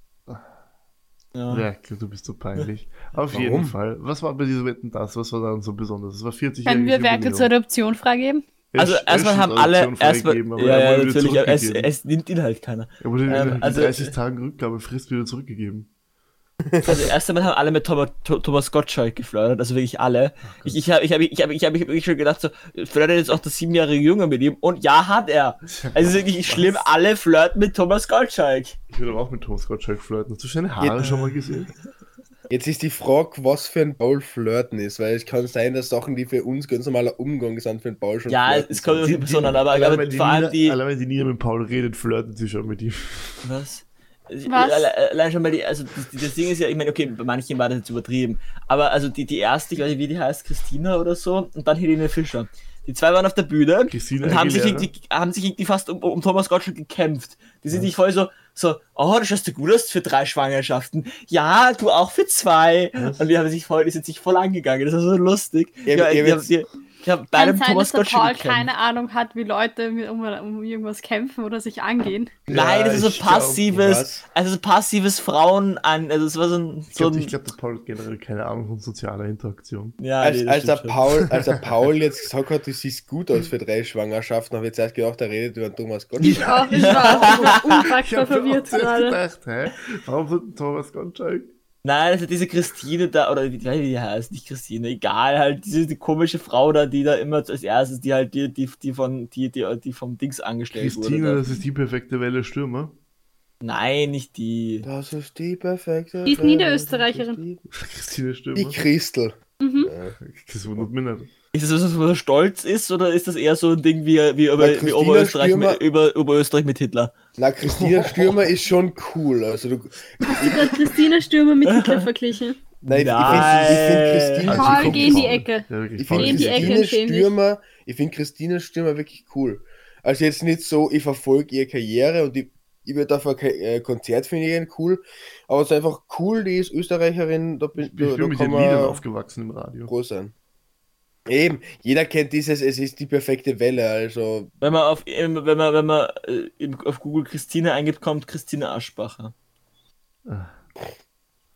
Ja.
Ja, klar, du bist so peinlich. Auf
Warum?
jeden Fall. Was war bei diesem Wetten das? Was war daran so besonders? Es war 40 Jahre.
Können wir Werke zur Adoption freigeben?
Also erstmal haben alle erstmal
Aber
ja,
er
ja,
wurde
natürlich, aber
wieder
es,
zurückgegeben.
es nimmt ihn halt keiner.
er wurde
ähm,
in
also-
30 Tagen Rückgabefrist wieder zurückgegeben.
Also erst einmal haben alle mit Thomas, Tho- Thomas Gottschalk geflirtet, also wirklich alle.
Oh
ich ich habe ich hab, ich hab, ich hab, ich hab wirklich schon gedacht, so, flirtet jetzt auch das siebenjährige Junge mit ihm? Und ja, hat er. Also es ist wirklich schlimm, alle flirten mit Thomas Gottschalk.
Ich würde aber auch mit Thomas Gottschalk flirten. Hast du seine Haare schon mal gesehen?
Jetzt ist die Frage, was für ein Paul Flirten ist, weil es kann sein, dass Sachen, die für uns ganz normaler Umgang sind, für einen Paul schon.
Ja,
Flirten
es kommt auf
sind.
die Person an, aber,
Allein,
aber
wenn die
vor allem
Nina,
die.
allein wenn die Nina mit Paul redet, flirten sie schon mit ihm.
Was? Also,
Was?
alle- Allein schon mal die, also das, das Ding ist ja, ich meine, okay, bei manchen war das jetzt übertrieben, aber also die, die erste, ich weiß nicht, wie die heißt, Christina oder so, und dann Helene Fischer. Die zwei waren auf der Bühne
Christina
und haben sich,
Aguilera.
irgendwie, haben sich irgendwie fast um, um Thomas Gottschalk gekämpft. Die sind nicht voll so, so, oh, du schaust du gut aus für drei Schwangerschaften. Ja, du auch für zwei. Und die haben sich voll, die sind sich voll angegangen. Das war so lustig.
Ja,
Ja,
ihr
die, haben,
wisst-
die, die haben bei
Kann
einem
sein,
Thomas
dass der Paul
Gottschalk gekämpft.
keine Ahnung hat, wie Leute mit, um, um irgendwas kämpfen oder sich angehen.
Nein, das ist so
Ja, ich glaub,
passives,
was?
also so passives Frauen an, also es war so ein,
Ich
so
glaube,
ein
glaub, dass Paul hat generell keine Ahnung von sozialer Interaktion.
ja, nee,
Als,
das
als, der
stimmt schon.
Paul, als der Paul jetzt gesagt hat, du siehst gut aus für drei Schwangerschaften, habe ich zuerst gedacht, er redet über Thomas Gottschalk.
Oh, ich war
Ich
unfassbar
habe mir auch
verwirrt
zuerst
gerade.
gedacht, hä? Warum wird Thomas Gottschalk?
Nein, also diese Christine da, oder wie, wie die heißt, nicht Christine, egal, halt diese die komische Frau da, die da immer als erstes, die halt die, die, die von, die, die, die vom Dings angestellt
Christine,
wurde.
das ist die perfekte Welle Stürmer.
Da. Nein, nicht die.
Das ist die perfekte.
Die ist
Welt,
Niederösterreicherin. Mhm.
das ist
Christine
Die,
Stürmer.
die Christel.
Das wundert mich nicht.
Ist das was, was man stolz ist, oder ist das eher so ein Ding wie, wie, über, wie
Christina
Oberösterreich, mit,
Stürmer-
über, Oberösterreich mit Hitler?
Na, Christina Stürmer ist schon cool. Also du,
Ich habe Christina Stürmer mit Hitler verglichen.
nein, ich-
Nein.
ich finde find Christine
Also, Paul,
komm,
geh in die
Paul.
Ecke.
Ja, wirklich,
Ich
Paul,
Geh
finde
in
geh
die Ecke
Christine
und schäm dich.
Stürmer, ich finde Christine Stürmer wirklich cool. Also jetzt nicht so, ich verfolge ihre Karriere und ich, ich würde auf ein Ke- äh, Konzert finde ich ihn cool, aber es ist einfach cool, die ist Österreicherin, da, bin,
Ich bin
da, da
mit
kann
den Liedern
man
aufgewachsen im Radio.
groß sein. Eben, jeder kennt dieses, es ist die perfekte Welle, also
Wenn man auf, wenn man, wenn man äh, im- auf Google Christine eingibt, kommt Christine Aschbacher.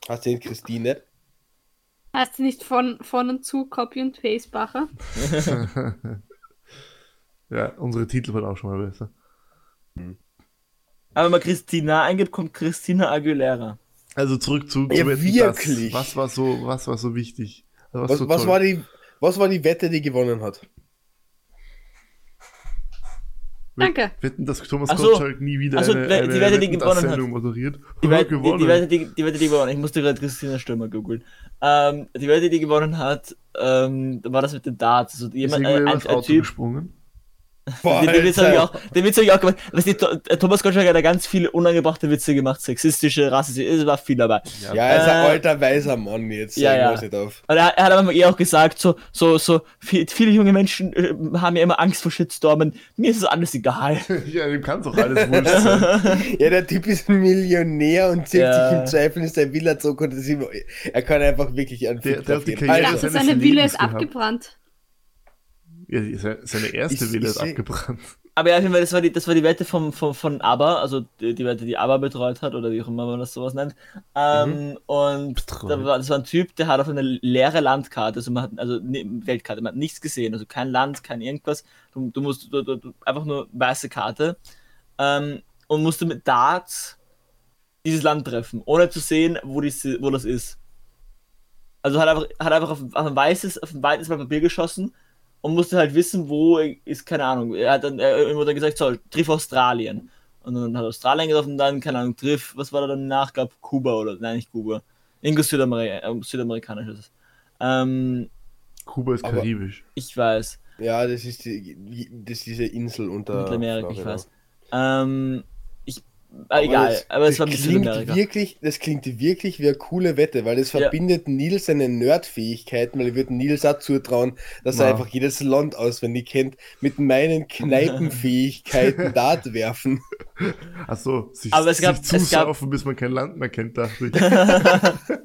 hast du den Christine?
Hast du nicht von, von und zu Copy und Paste, Bacher?
Ja, unsere Titel waren auch schon mal besser.
Aber wenn man Christina eingibt, kommt Christina Aguilera.
Also zurück zu, zu
Ja,
Wetten,
wirklich.
Das, was war so, was war so wichtig? Also
Was,
so
was,
toll?
war die, was war die Wette, die gewonnen hat?
Wett-
Danke.
Wetten, dass Thomas
Ach so.
Gottschalk nie wieder
Ach so,
eine,
die
eine
Wette, die
Wetten, dass
gewonnen hat.
Sendung moderiert.
Die
Oh,
Wette, die,
gewonnen.
die, Wette, die, die Wette, die gewonnen hat. Ich musste gerade Christina Stürmer googeln. Ähm, die Wette, die gewonnen hat, ähm, war das mit den Darts. Also
Ist
jemand, ein,
irgendwer
ein,
übers
ein
Auto
Typ,
gesprungen?
Boah,
Den, den Witz habe ich
Alter.
auch, den Witz hab ich auch gemacht. Weißt du, Tho- äh, Thomas Gottschalk hat da ganz viele unangebrachte Witze gemacht, sexistische, rassistische, es war viel dabei.
Ja, er ist ein
Äh,
alter weiser Mann jetzt.
ja,
sagen
ja.
wir's Nicht auf.
Und er, er hat aber eh auch gesagt, so, so, so, viel, viele junge Menschen äh, haben ja immer Angst vor Shitstormen. Mir ist es alles egal.
ja, dem kann doch alles wurscht sein.
ja, der Typ ist ein Millionär und zählt
Ja.
sich im Zweifel ist sein Villa zurück und das ist ihm, er kann einfach wirklich einen
Der-
Fick Also,
der
drauf
hat die
geben.
Ich
Karriere
Alter,
seines
dachte, seine
Lebens
Villa ist
gehabt.
abgebrannt.
Ja, die- se- seine erste
Ich-
Villa
ich
ist
seh-
abgebrannt.
Aber ja, auf jeden Fall, das war die, das war die Wette vom, vom, von ABBA, also die, die Wette, die ABBA betreut hat, oder wie auch immer man das sowas nennt. Ähm, Und
Betreut.
da war, das war ein Typ, der hat auf eine leere Landkarte, also man hat, also ne, Weltkarte, man hat nichts gesehen, also kein Land, kein irgendwas. Du, du musst du, du, du, einfach nur weiße Karte ähm, und musste mit Darts dieses Land treffen, ohne zu sehen, wo, die, wo das ist. Also hat einfach, hat einfach auf, auf ein weißes, auf ein weites Blatt Papier geschossen und musste halt wissen, wo ist, keine Ahnung. Er hat dann er, er wurde dann gesagt, so, triff Australien. Und dann hat Australien getroffen, dann, keine Ahnung, triff, was war da dann nach, gab Kuba oder, nein, nicht Kuba. Irgendwas Südamer äh, Südamerikanisches. Ähm,
Kuba ist
Aber-
karibisch.
ich weiß.
Ja, das ist, die, das ist diese Insel unter
Mittelamerika, ich
Florida.
weiß. Ähm, ich, äh,
Aber
egal,
das-
aber es war
das
mit
klingt
Südamerika.
Wirklich, das klingt wirklich wie eine coole Wette, weil es
Ja.
verbindet Nils seine Nerdfähigkeiten, weil ich würde Nils auch zutrauen, dass
Ja.
er einfach jedes Land auswendig kennt, mit meinen Kneipenfähigkeiten Dart werfen.
Ach so, sich,
Aber es gab-
sich
es gab-
zusaufen, bis man kein Land mehr kennt, dachte ich.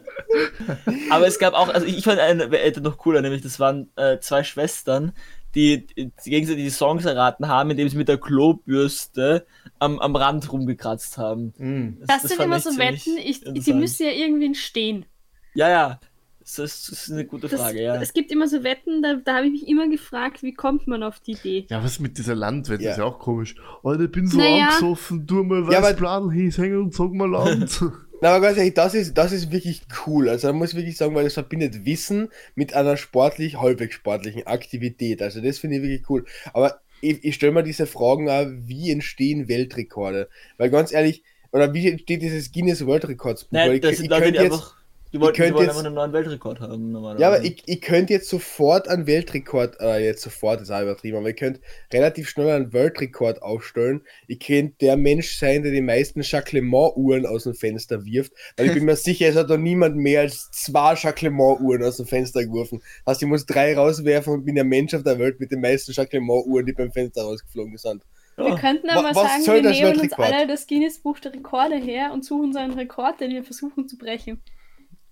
Aber es gab auch, also ich, ich fand eine Wette noch cooler, nämlich das waren äh, zwei Schwestern, die, die gegenseitig die Songs erraten haben, indem sie mit der Klobürste am, am Rand rumgekratzt haben.
Mm.
Das, sind
fand
immer
ich
so
ziemlich
Wetten, ich, die
interessant.
müssen ja irgendwie entstehen.
Ja, ja. Das ist, das ist eine gute
Das,
Frage, ja.
Es gibt immer so Wetten, da, da habe ich mich immer gefragt, wie kommt man auf die Idee?
Ja, was mit dieser Landwette?
Ja.
Ist ja auch komisch. Alter, ich bin so
Naja.
angesoffen, tu mal
Ja, aber-
Weißbladel ja, hängen und sag mal Land.
Na, aber ganz ehrlich, das ist, das ist wirklich cool. Also da muss ich wirklich sagen, weil das verbindet Wissen mit einer sportlich, halbwegs sportlichen Aktivität. Also das finde ich wirklich cool. Aber ich, ich stelle mir diese Fragen auch, wie entstehen Weltrekorde? Weil ganz ehrlich, oder wie entsteht dieses Guinness World Records Buch? Weil
Nein,
ich,
das
ich,
sind
ich
Leute,
könnte
die
jetzt,
einfach. Die wollten, die
könnt
wollen
jetzt-
einfach einen neuen Weltrekord haben, normalerweise.
ja, aber ich, ich könnte jetzt sofort einen Weltrekord, äh, jetzt sofort ist auch übertrieben, aber ich könnte relativ schnell einen Weltrekord aufstellen. Ich könnte der Mensch sein, der die meisten Jacquelement-Uhren aus dem Fenster wirft, weil ich bin mir sicher, es hat noch niemand mehr als zwei Jacquelement-Uhren aus dem Fenster geworfen. Also ich muss drei rauswerfen und bin der Mensch auf der Welt mit den meisten Jacquelement-Uhren, die beim Fenster rausgeflogen sind.
Wir könnten
Wa-
aber
was
sagen,
soll
wir
das
nehmen uns
Weltrekord?
alle das Guinness-Buch der Rekorde her und suchen so einen Rekord, den wir versuchen zu brechen.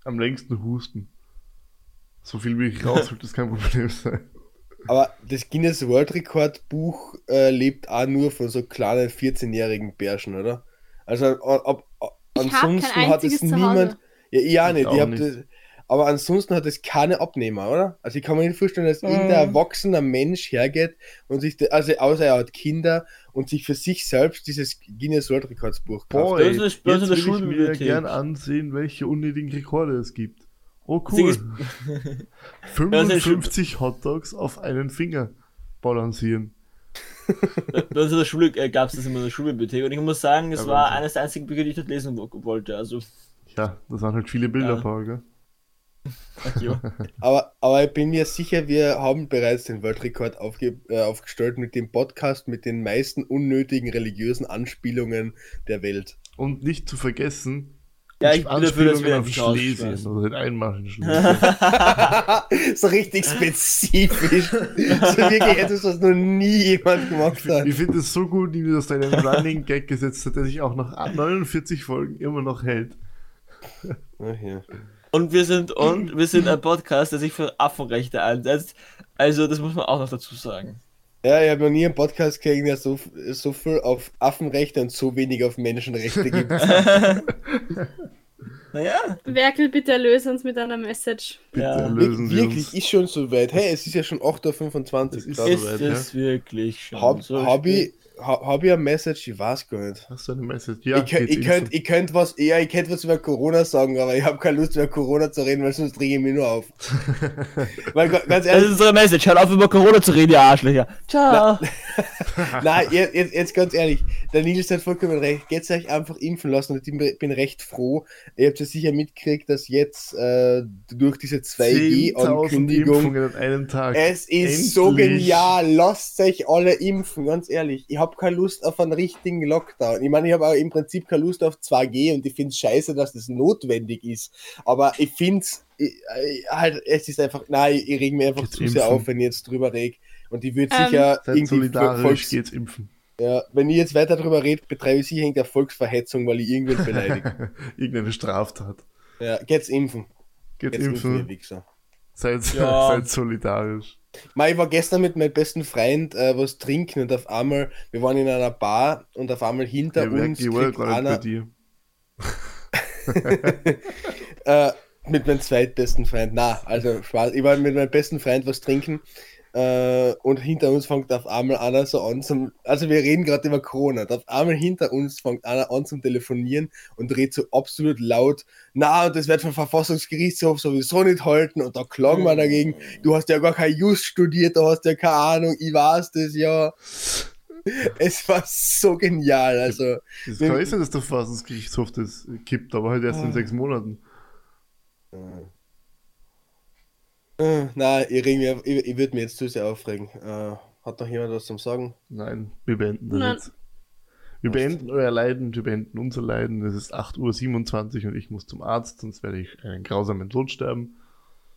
Am längsten husten. So viel wie ich raus, wird das kein Problem sein.
Aber das Guinness World Record Buch äh, lebt auch nur von so kleinen 14-jährigen Bärschen, oder? Also ob, ob,
Ich hab kein
ansonsten hat es
einziges zu
niemand.
Hause.
Ja, ich auch nicht.
auch
Ich hab
nicht.
Das, aber ansonsten hat es keine Abnehmer, oder? Also ich kann mir nicht vorstellen,
Mhm.
dass irgendein erwachsener Mensch hergeht und sich, de- also außer er hat Kinder und sich für sich selbst dieses Guinness World Records Buch kauft.
Boy,
das ist- das ist in der
jetzt will ich mir
Schulbibliothek.
gern ansehen, welche unnötigen Rekorde es gibt. Oh
Das Ding
cool.
ist-
55 Hotdogs auf einen Finger balancieren.
Bei uns in der Schule äh, gab es das immer in der Schulbibliothek und ich muss sagen, es
Ja,
war
Wahnsinn.
eines der einzigen Bücher, die ich dort lesen wo- wollte. Also,
Ja, das waren halt viele Bilder,
Ja.
Paul, gell?
fuck you.
Aber, aber ich bin mir sicher, wir haben bereits den Weltrekord aufge äh, aufgestellt mit dem Podcast mit den meisten unnötigen religiösen Anspielungen der Welt.
Und nicht zu vergessen,
Ja, ich bin dafür, dass wir
Anspielungen auf
das
Schlesien
aussprechen.
oder den Einmarsch in Schlesien.
so richtig spezifisch. so wirklich etwas, was noch nie jemand gemacht hat.
ich finde es so gut, Nino, dass du einen Running Gag gesetzt hast, der sich auch nach 49 Folgen immer noch hält.
Ach ja.
Und wir sind und wir sind ein Podcast, der sich für Affenrechte einsetzt. Also das muss man auch noch dazu sagen.
Ja, ich habe noch nie einen Podcast gegen der so, so viel auf Affenrechte und so wenig auf Menschenrechte gibt.
Naja,
Werkel, bitte erlöse uns mit einer Message.
Bitte
Ja.
lösen Sie
Wirklich,
uns.
ist schon so weit. Hey, es ist ja schon 8.25
Es
Uhr.
ist-
klar.
ist
soweit,
es wirklich schon
Hab,
so
hab,
spät?
ich, hab, hab ich eine Message? Ich weiß gar nicht.
Hast du eine Message? Ja,
ich könnt,
geht eh
ich könnt,
instant.
ich könnt was, ja, ich könnt was über Corona sagen, aber ich habe keine Lust über Corona zu reden, weil sonst drehe ich mich nur auf. weil ga- ganz
Das ist
ehrlich,
unsere Message. Hört auf, über Corona zu reden, ihr Arschlöcher. Ciao.
nein, jetzt, jetzt, jetzt ganz ehrlich, der Nils hat vollkommen recht. Geht's euch einfach impfen lassen und ich bin- bin recht froh. Ihr habt ja sicher mitgekriegt, dass jetzt äh, durch diese
10.000
2G-Ankündigung
Impfungen an einem Tag.
Es ist so
Endlich.
genial. Lasst euch alle impfen, ganz ehrlich. Ich habe keine Lust auf einen richtigen Lockdown. Ich meine, ich habe auch im Prinzip keine Lust auf 2G und ich finde es scheiße, dass das notwendig ist. Aber ich finde es halt, es ist einfach, nein, ich reg mir einfach
Geht's
zu sehr
impfen.
auf, wenn ich jetzt drüber reg. Und ich würde
Ähm,
sicher
Seid
irgendwie
solidarisch,
Volks,
geht's impfen.
ja, wenn ich jetzt weiter drüber rede, betreibe ich sicher irgendeine Volksverhetzung, weil ich irgendwen beleidige.
Irgendeine Straftat.
ja, geht's impfen.
Geht
Geht's impfen, ihr
impfen.
Wichser.
Seid,
Ja.
seid solidarisch.
Ma, ich war gestern mit meinem besten Freund äh, was trinken und auf einmal, wir waren in einer Bar und auf einmal hinter
ich merk,
uns
ich war
kriegt
gar nicht bei
einer,
dir.
äh, mit meinem zweitbesten Freund, na, also Spaß, ich war mit meinem besten Freund was trinken äh, und hinter uns fängt auf einmal einer so an zum, also wir reden gerade über Corona, und auf einmal hinter uns fängt einer an zum Telefonieren und redet so absolut laut, na, und das wird vom Verfassungsgerichtshof sowieso nicht halten und da klagen wir dagegen, du hast ja gar kein Just studiert, du hast ja keine Ahnung, ich weiß das ja. Es war so genial, also
Das kann ist ja, dass der Verfassungsgerichtshof das kippt, aber halt erst
Ah.
in sechs Monaten.
Äh, Nein, ich, reg mir, ich, ich würde mir jetzt zu sehr aufregen. Äh, hat noch jemand was zum Sagen?
Nein, wir beenden das
Nein.
jetzt. Wir beenden euer Leiden, wir beenden unser Leiden. Es ist 8.27 Uhr und ich muss zum Arzt, sonst werde ich einen grausamen Tod sterben.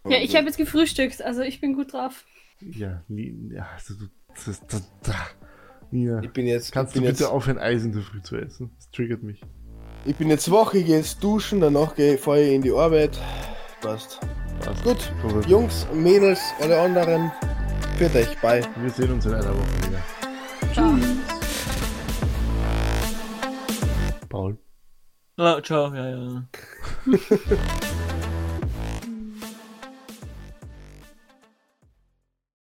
Ja, ich habe jetzt gefrühstückt, also ich bin gut drauf.
Ja, Ni- ja, also du- das ist da, da. Nina,
Ich bin jetzt,
kannst
ich
du
bin
bitte
jetzt,
aufhören, Eis in der Früh zu essen? Das triggert mich.
Ich bin jetzt wach, ich gehe jetzt duschen, danach gehe fahre ich in die Arbeit. Passt.
Passt.
Gut,
Robert,
Jungs, Mädels, alle anderen, für euch, bye.
wir sehen uns in einer Woche wieder. Tschüss. Paul.
Ciao, ciao, ja, ja.